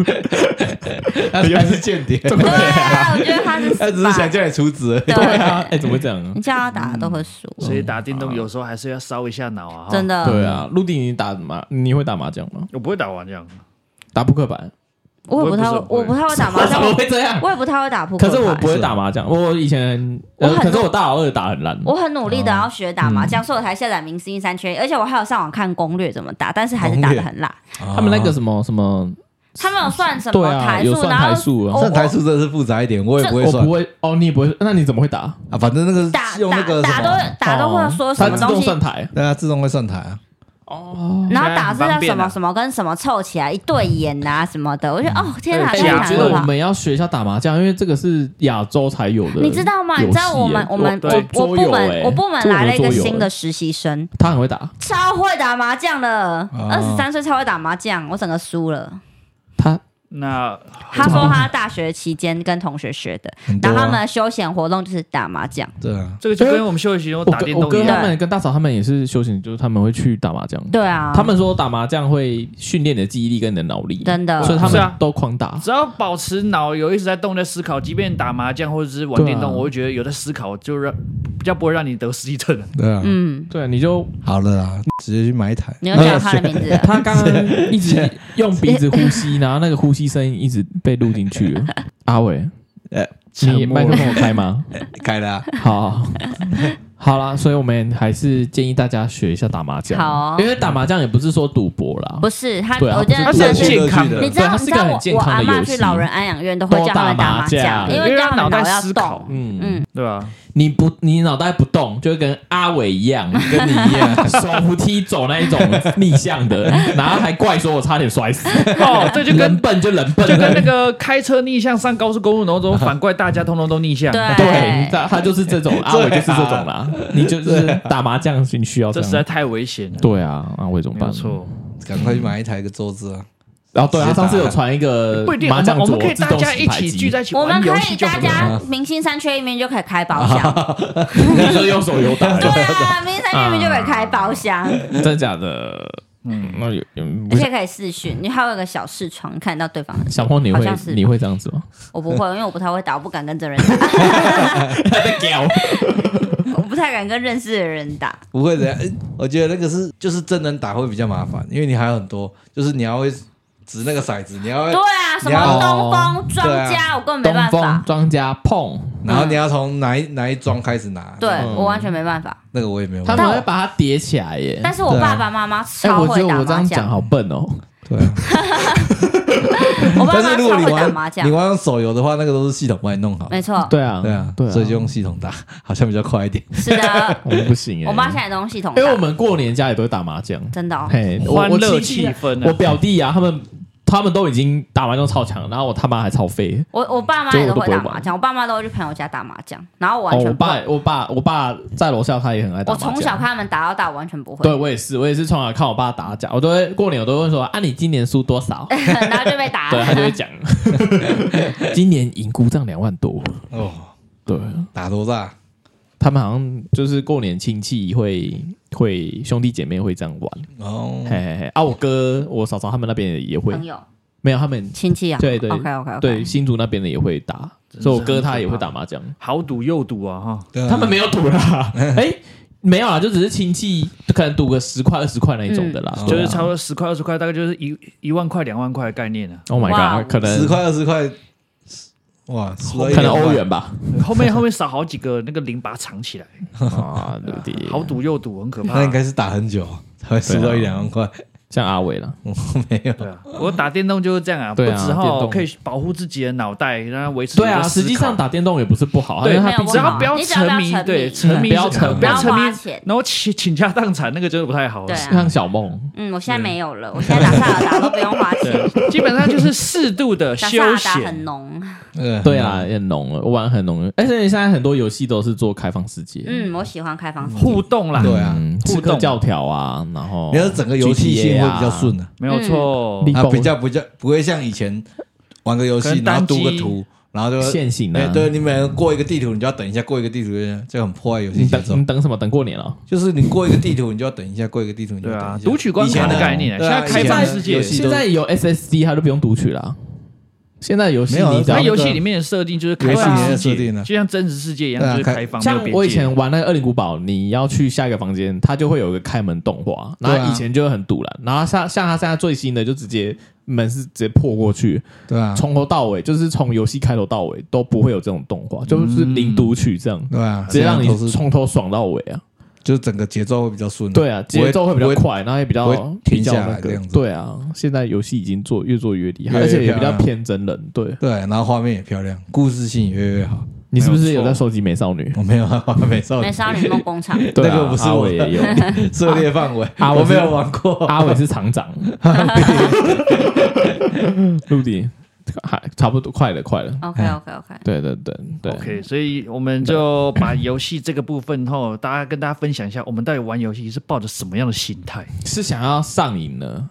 他原来是间谍，
哎怎么
对
会啊？
啊，我觉得他是
他只是想
spy
叫你出职而已。
对啊，哎，怎么会这样？
你叫他打的都会输，
所以打电动有时候还是要烧一下脑啊。哈
真，的。
嗯
对，啊，陆地你打麻，你会打麻将吗？
我不会打麻将，
打扑克牌？
我也不太，
我
会，
也
我不
不是
太会打麻
啊 怎
将，
么
我
会这样？
我也不太会打扑克
可
牌。
是我不会打麻将，我以前，
我
呃
很
可是我大老二打很烂。
我很努力
哦
的要学打
嗯
麻将，所以我才下载《明星三缺一》，而且我还有上网看攻略怎么打，但是还是打的很烂。
啊
他们那个什么什么，
他们有算什
对
么
啊，
台
有
数，
算
然
台
后
数啊
哦。
算台数真的是复杂一点，我也不会
我
算
不会哦，你也不会，那你怎么会打？
啊。反正那个
打
是用那个
打打
什么，
都打都会说什
它
么
哦自动
东西，
算台
对啊，自动会算台啊。
哦。
然后
现在
打
很
字
哎
方
要
便
什么
啊
什么跟什么凑起来一对眼啊什么的，我觉得哦天哪，
哎
太
我
难
觉得
了
我
吧！
们要学一下打麻将，因为这个是亚洲才有的游戏耶。
你知道吗？你知道我们我们
对
我我
桌
部
游
门
哎
我部门来了一个新，
这我们桌游
的
哎
实习生，
他很会打，
超会打麻将
啊
的，
哦
二十三岁超会打麻将，我整个输了。
他
那
他说他大学期间跟同学学的，
很多啊
然后他们的休闲活动就是打麻将。
对
嗯
啊，
这个就跟我们休息中
我
打
哥
电
我
动
哥
一
他
样，
们跟大嫂他们也是休闲，就是他们会去打麻将。
对啊，
他们说打麻将会训练你的记忆力跟你的脑力，
真的
所以他
是啊
们都狂打。
只要保持脑有一直在动在思考，即便打麻将或者是玩
对啊
电动，我会觉得有在思考就让比较不会让你得失忆症。
对啊，
嗯，
对，你就
好了啊，直接去买一台。
你又叫他的名字了，
他刚刚一 直 用鼻子呼吸，然后那个呼吸声音一直被录进去了。阿伟，
呃，
沉
你
默
麦克风有开 吗？
开了啊，
好好，好啦，所以我们还是建议大家学一下打麻将，
好哦
因为打麻将也不是说赌博啦，
不是他，
对啊
我真
它
的
不
是
是
很
很
就是。
健
有
康
趣
的
的
你知道，
对它是
你知
个
道
很
我
健
我
康的
阿妈
游
去
戏
老人安养院都会
多
叫他们
打麻
打麻将，
将
因
因
为
为
叫他
脑
们
袋
脑要
思考
动。
嗯
嗯，
对吧？
你不，你脑袋不动，就会跟阿伟一 样，
跟你一样，
手扶梯走那一种逆向 的，然后还怪说我差点摔死，
哦，对，就
人
跟
笨就人笨，啊
就跟那个开车逆向上高速公路，然后怎么反怪大家通通都逆向，
对
对，啊他他就是这种，阿伟就是这种啦，你就是打麻将你需要这
这实在
样，
太危险了。
对啊，阿伟怎么
啊没
办？
有错，
赶快去买一台个桌子啊！
然后对他
直接
上次有
打
传一个
不一定，
啊
我
麻
们
将
我
桌
们可以
自
大
动
家
洗
一
牌
起聚
机，
在一起
我们
玩游
可
戏
以
就好
大
了
家明星三缺一名就可以开包厢，
你说用手游打
对，啊，明星三缺一名就可以开包厢，
真的假的？嗯，那有有
而且可以视讯，你还有一个小视窗看到对方 的。
小峰你
好
会
像是
你会这样子吗？
我不会，因为我不太会打，我不敢跟真人打，
他在屌，
我不太敢跟认识的人打。
不会的，呃我觉得那个是就是真人打会比较麻烦，因为你还有很多，就是你要会掷那个骰呃子，你要会
对，啊，什么东风庄
对
家，我根本没
东
办
风
法。
庄家碰，
然后你要从哪一哪一庄开始拿。
对
嗯
我完全没办法，
那个我也没有
他
玩。
们会把它叠起来耶。
但是我
对啊
爸爸妈妈
嗯哎，
超
我觉
会
得
打
我这
麻
样
将
讲，好笨哦。
对啊，
我爸
但
妈
是如果
超
你
会打
玩
麻将
你，玩用手游的话，那个都是系统帮你弄好。
没错，
对啊，
对啊，
对啊，
所以就用系统打，好像比较快一点。
是 的，
我们不行耶。
我妈现在都用系统打，
因为我们过年家里都会打麻将，
真的哦，
嘿，我
欢
我
乐
亲戚啊
气氛啊
我表弟啊，他们他们都已经打麻将超强，然后我他妈还超废。
我我爸妈
就
也
我
都
都
会
不会
打
玩
麻将，我爸妈都会去朋友家打麻将，然后我
哦，
完
我
全不
爸
会。
我爸我爸在楼下，他也很爱打
我
麻将。
从小看他们打到大，我完全不会
对，我也是，我也是从小看我爸打架，我都会过年我都会问说啊，你今年输多
哎
少？
然后就被 打。
对他就会 讲，今年赢故障两万多。
哦，
对
打多大？
他们好像就是过年亲戚会会兄弟姐妹会这样玩，
嗯
哦
嘿，嘿嘿啊，我哥我嫂嫂他们那边也会
朋，友
没有他们
亲戚啊，
对对
，OK OK OK，
对，新竹那边的也会打，所以我哥他也会打麻将，
豪赌又赌啊哈，
对啊
他们没有赌啦，
嗯
哎，没有啦，就只是亲戚可能赌个十块二十块那一种的啦，
嗯
就
对啊
是差不多十块二十块，大概就是一一万块两万块的概念啊。
Oh
哇
my god，可能
十块二十块，哇，输到一
可能
两万
欧
啊
元吧，
后面后面少好几个那个零，把它藏起来，
啊， 对不对？
豪赌又赌，很可怕啊
那。应该是打很久才会输到一两万块。
像阿伟了，
没有，
对啊，我打电动就是这样啊，不
对啊
只
电
好
动
可以保护自己的脑袋，让它维持。
对啊，实际上打电动也不是不好，啊因为
没
他
有
毕
不
竟
只要
好，
不要
你只要
沉
不
迷
要，
对，
沉迷，
沉迷
不要
是
沉迷
不要
然后
沉迷
花，钱。
然后倾倾家荡产，那个真的不太好。
对啊
像小梦，
嗯，我现在没有了，我现在打萨尔达都不用花钱，
基本上就是适度的
打
休
萨尔达很
闲。
浓。
呃
对啊，，很浓了，我玩很浓了，而且现在很多游戏都是做开放世界，
嗯，我喜欢开放式
互动啦，
对啊
嗯，
互
刺
动
客教条啊，然后
你要是整个游戏性会比较顺的，
没有错
嗯，
啊，
Boss
比较比较不会像以前玩个游
可
戏，
能
然后
单
读
机
个图，然后就
线啊性
哎
的，
对，你每人过一个地图，你就要等一下过一个地图，就很破坏游戏
你
节
等
奏
你。等什么？等过年了。
就是你过一个地图，你就要等一下，过一个地图，你就要
对啊
等一，下。
读取关
以
卡
前
的
的
概念啊，
对
现
啊
在开放世界
以前的游戏
现在有 SSD，它就不用读取了。现在游戏
没有啊
你只
然
要
它
后
那
游
个
戏里面的设定就是开
游
放
戏里面
世
的设
界
定，啊
就像真实世界一样，
对啊
就是
开
开放。没有
像
边
我以
界
前玩那个《恶灵古堡》，你要去下一个房间，它就会有一个开门动画。
对啊
然后以前就会很堵了，然后像像它现在最新的，就直接门是直接破过去，
对啊，
从头到尾就是从游戏开头到尾都不会有这种动画，就是零读取这样，
对啊，
直接让
这样都
你
是
从头爽到尾啊。
就是整个节奏会比较顺。
对啊，
嗯不会
节奏会比较
不会
快，然后也
不
比较
会停
比较
下
那
来这
个
样。子
对啊，现在游戏已经做越做越厉害，
越来
而
越
且也比
漂
较
亮
偏真人。对
对，然后画面也漂亮，故事性也越来越好。
你是不是
没有
有
错
在收集美少女？
我没有啊，美少
美
女
少女梦工厂，
对
那
啊
个不是
阿
我
伟也有，
涉猎范围，
啊
我
我是
没有玩过。
阿伟是厂 长，陆迪还差不多，快了，快了。
OK OK OK，
对对对对
OK，所以我们就把游戏这个部分后，大家跟大家分享一下，我们到底玩游戏是抱着什么样的心态，
是想要上瘾呢？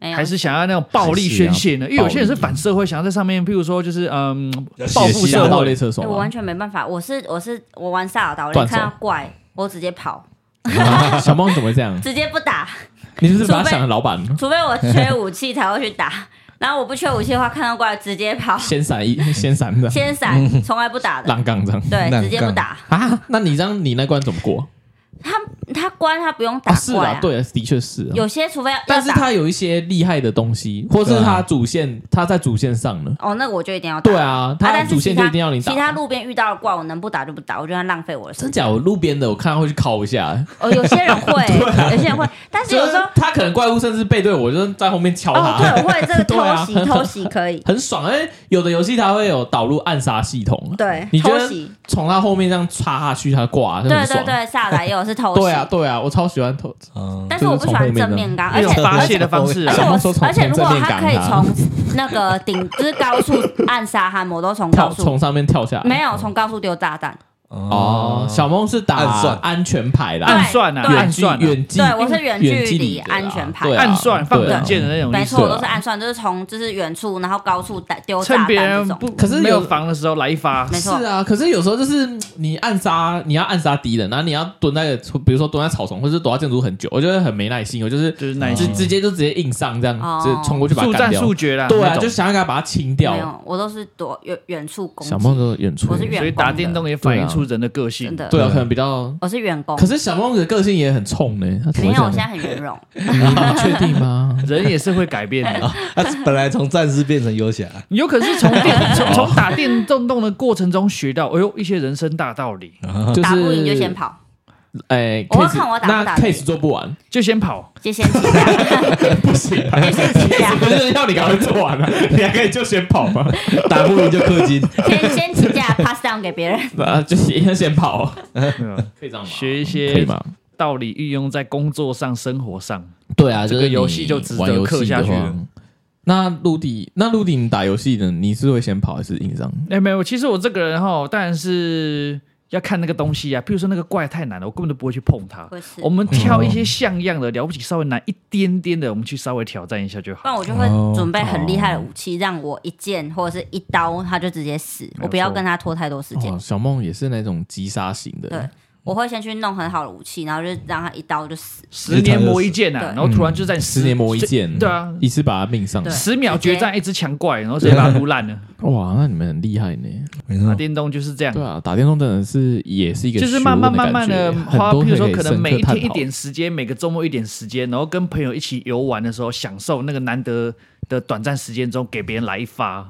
没有
还是想要那种暴力宣泄呢？因为有些人是反社会，想要在上面，譬如说就是嗯
要，
报复
血腥啊
社
暴
会
力。车手
哎我
啊
完，全没办法，我是我是我玩萨尔达，我
断
连
手
看到怪我直接跑，
小梦怎么会这 样？
直接不打，
你是不是把
除
他
非
想成老板？
除非我缺武器才会去打，然后我不缺武器的话，看到怪直接跑，
先闪一， 先闪的，
先闪，从来不打的，
浪杠这样
对，
浪
直接不打，
啊？那你这样，你那关怎么过？
他他关他不用打
啊，是
怪
啊，对啊，的确是啊。
有些除非要
但是
要打
他有一些厉害的东西，或是
对啊
他主线他在主线上了。
哦，那我就一定要打。
对啊，他
但是
主线
其
就
他
一定要你打。
其他路边遇到的怪，我能不打就不打，我觉得它浪费我的时
真
间。
假？我路边的我看到会去敲一下，
哦，有些人 会，有些人会，但是
就
有
啊是
时候
他可能怪物甚至背对我，就是在后面敲
哦，
他，
对，我会这个
对
偷
啊
袭，偷袭可 以，
很爽。因为有的游戏它会有导入暗杀系统，
对
你，觉
偷
得
袭，
从他后面这样插下去，他挂，那
对
很
对
爽。
对，下来又是偷袭，
对啊，对啊，我超喜欢投。
嗯，
但是我不喜欢正面刚，而
一种
且
发泄的方式
而
啊
且。
想
我
要说，从
而且如果
从正面
他
赶
可以
他
从那个顶，就是高处暗杀他们，我都从高
跳哦
处
从上面跳下来。
没有从高处丢炸弹，
嗯
哦，小梦是打
暗算
安全牌啦，
暗算啊，
对
暗算啊，
远距
对我是远距离
距离的啦
安全牌
对啊
暗算放冷箭的那种
没
意思
错，
对啊
我都是暗算，就是从就是远处，然后高处打丢
趁
炸
别
弹
人
这
不
种，
可是有
没有防的时候来一发，
没错
是，啊，可是有时候就是嗯你暗杀，你要暗杀敌人，然后你要蹲在，比如说蹲在草丛，或者是躲到建筑物很久，我觉得很没耐心。我就是
就是耐
直
心
直接就直接硬上这样，
哦
直接冲过去把
速
它干
战
掉
速。决啦。
对
那
啊，
种
就想要给他把它清
没
掉。
有，我都是躲远远处攻
小梦
击，
的远处，
我是远
所以
攻
打
的
电动也反映出人的个
真
性。
的，
对啊，
对
可能比较。
我是远攻
可，是小梦的个性也很冲呢，他怎
没
么会
有，我
这
现在
样？
很圆融，
你确定吗？
人也是会改变的，
他啊本来从战士变成游侠，
你有可能是从 电从从打电动动的过程中学到，哎呦一些人生大道理，
就是
打不赢就先跑，
哎，
我要
case-
看我打不
那
打得赢
case 做不 完，
就先跑。
就先起架，
不行啊，
就先起架，
不是要你赶快做完了，啊你还可以就先跑吗？
打不赢就氪 金。
先先起架 pass down 给别人，
啊，就是要先跑，
对吧
可以这样吗？
学一些
可以吗？
道理运用在工作上、生活上，
对啊，
这
就
个
是你
游戏就值得
玩游戏
氪下
的
去
话
了。
那陆地，那陆地，你打游戏的，你是会先跑还是硬上？
哎、没有，其实我这个人哈，当然是要看那个东西啊。譬如说那个怪太难了，我根本就不会去碰它。
不是
我，们挑一些像样的，了不起稍微难一点点的，我们去稍微挑战一下就
不然
好。
我就会
哦
准备很厉害的武器，让我一剑或者是一刀他就直接死，
错
我不要跟他拖太多时间
哦，。小梦也是那种击杀型
对
的，，
我会先去弄很好的武器，然后就让他一刀就死。
十年磨一剑啊，
对
然后突然就在
十年磨一剑，
对啊
一次把他命上
对。
十秒决战一只强怪，然后直接把它 撸烂了。
哇，那你们很厉害呢。
没
打
错，
电动就是这样
对。啊，打电动真的是也是一个
就是
学
慢
问的
慢
感
慢慢
觉
的
很
花，
多
譬如说
以
可能
深刻
每
探
天一
讨
点时间，每个周末一点时间，然后跟朋友一起游玩的时候，享受那个难得的短暂时间中，给别人来一发，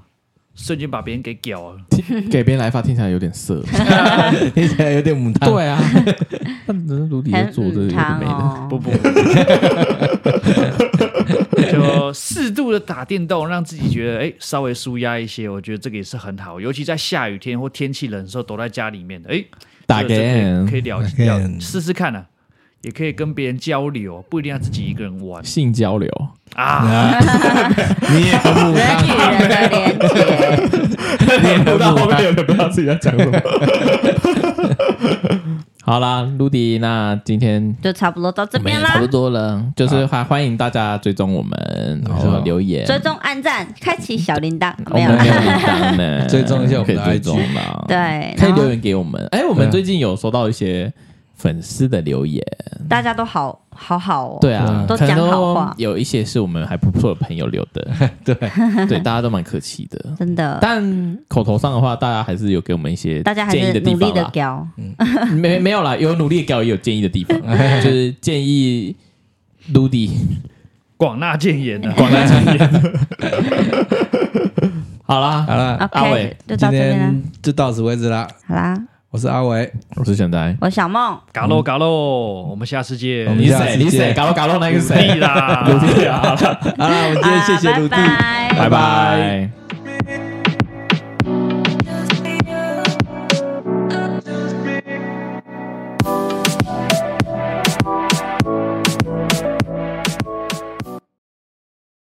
瞬间把别人给屌了。
听给别人来发听起来有点 色。
听起来有点母汤。
对 啊，那卢迪
很
做的有
嗯
点
汤
没的。
哦，
不不，不 就适度的打电动，让自己觉得哎、稍微舒压一些，我觉得这个也是很好，尤其在下雨天或天气冷的时候，躲在家里面，哎、
打
这个
game
可以可以聊
打
聊
game
试试看啊，也可以跟别人交流，不一定要自己一个人玩
性交流，
啊。
啊，你也很 母
人与
汤，
人的连 接，
你也 很母汤。
有点不知道自己在讲什么。好啦，陆迪，那今天
就差不多到这
我们
边
也
啦
差不。多了，就是还欢迎大家追踪我们，然后留言。
追踪、按赞、开启小铃铛，
我
没有
们
啦
哦没。有铃铛呢，
追踪一下我
可
们的
以追踪啦。
对，
可以
然后
留言给我们。哎，我们最近有收到一些粉丝的留言，
大家都好好好哦。
对啊，
都
可能
讲好话
有一些是我们还不错的朋友留的，
对，
对，大家都蛮客气的。
真的，
但口头上的话，大家还是有给我们一些
大家还
建议
是
的地
努力
方
的
啦。
教。
没没有啦，有努力的教，也有建议 的地方，就是建议 Ludy
广纳谏言啊，
广大建议。好啦，
好了，
阿伟
OK，就到
今
这边啦。
天就到此为止啦。
好啦，
我是阿伟，
我是小呆，
我是小梦，
嘎喽嘎喽，我们下次见。
我们
哦你
下
谁
次
你谁？
见
嘎咯 嘎咯那个
努
谁
力？啦，
陆地啊，
好了，我们今天谢谢
啊
陆地，
拜
拜
拜
拜。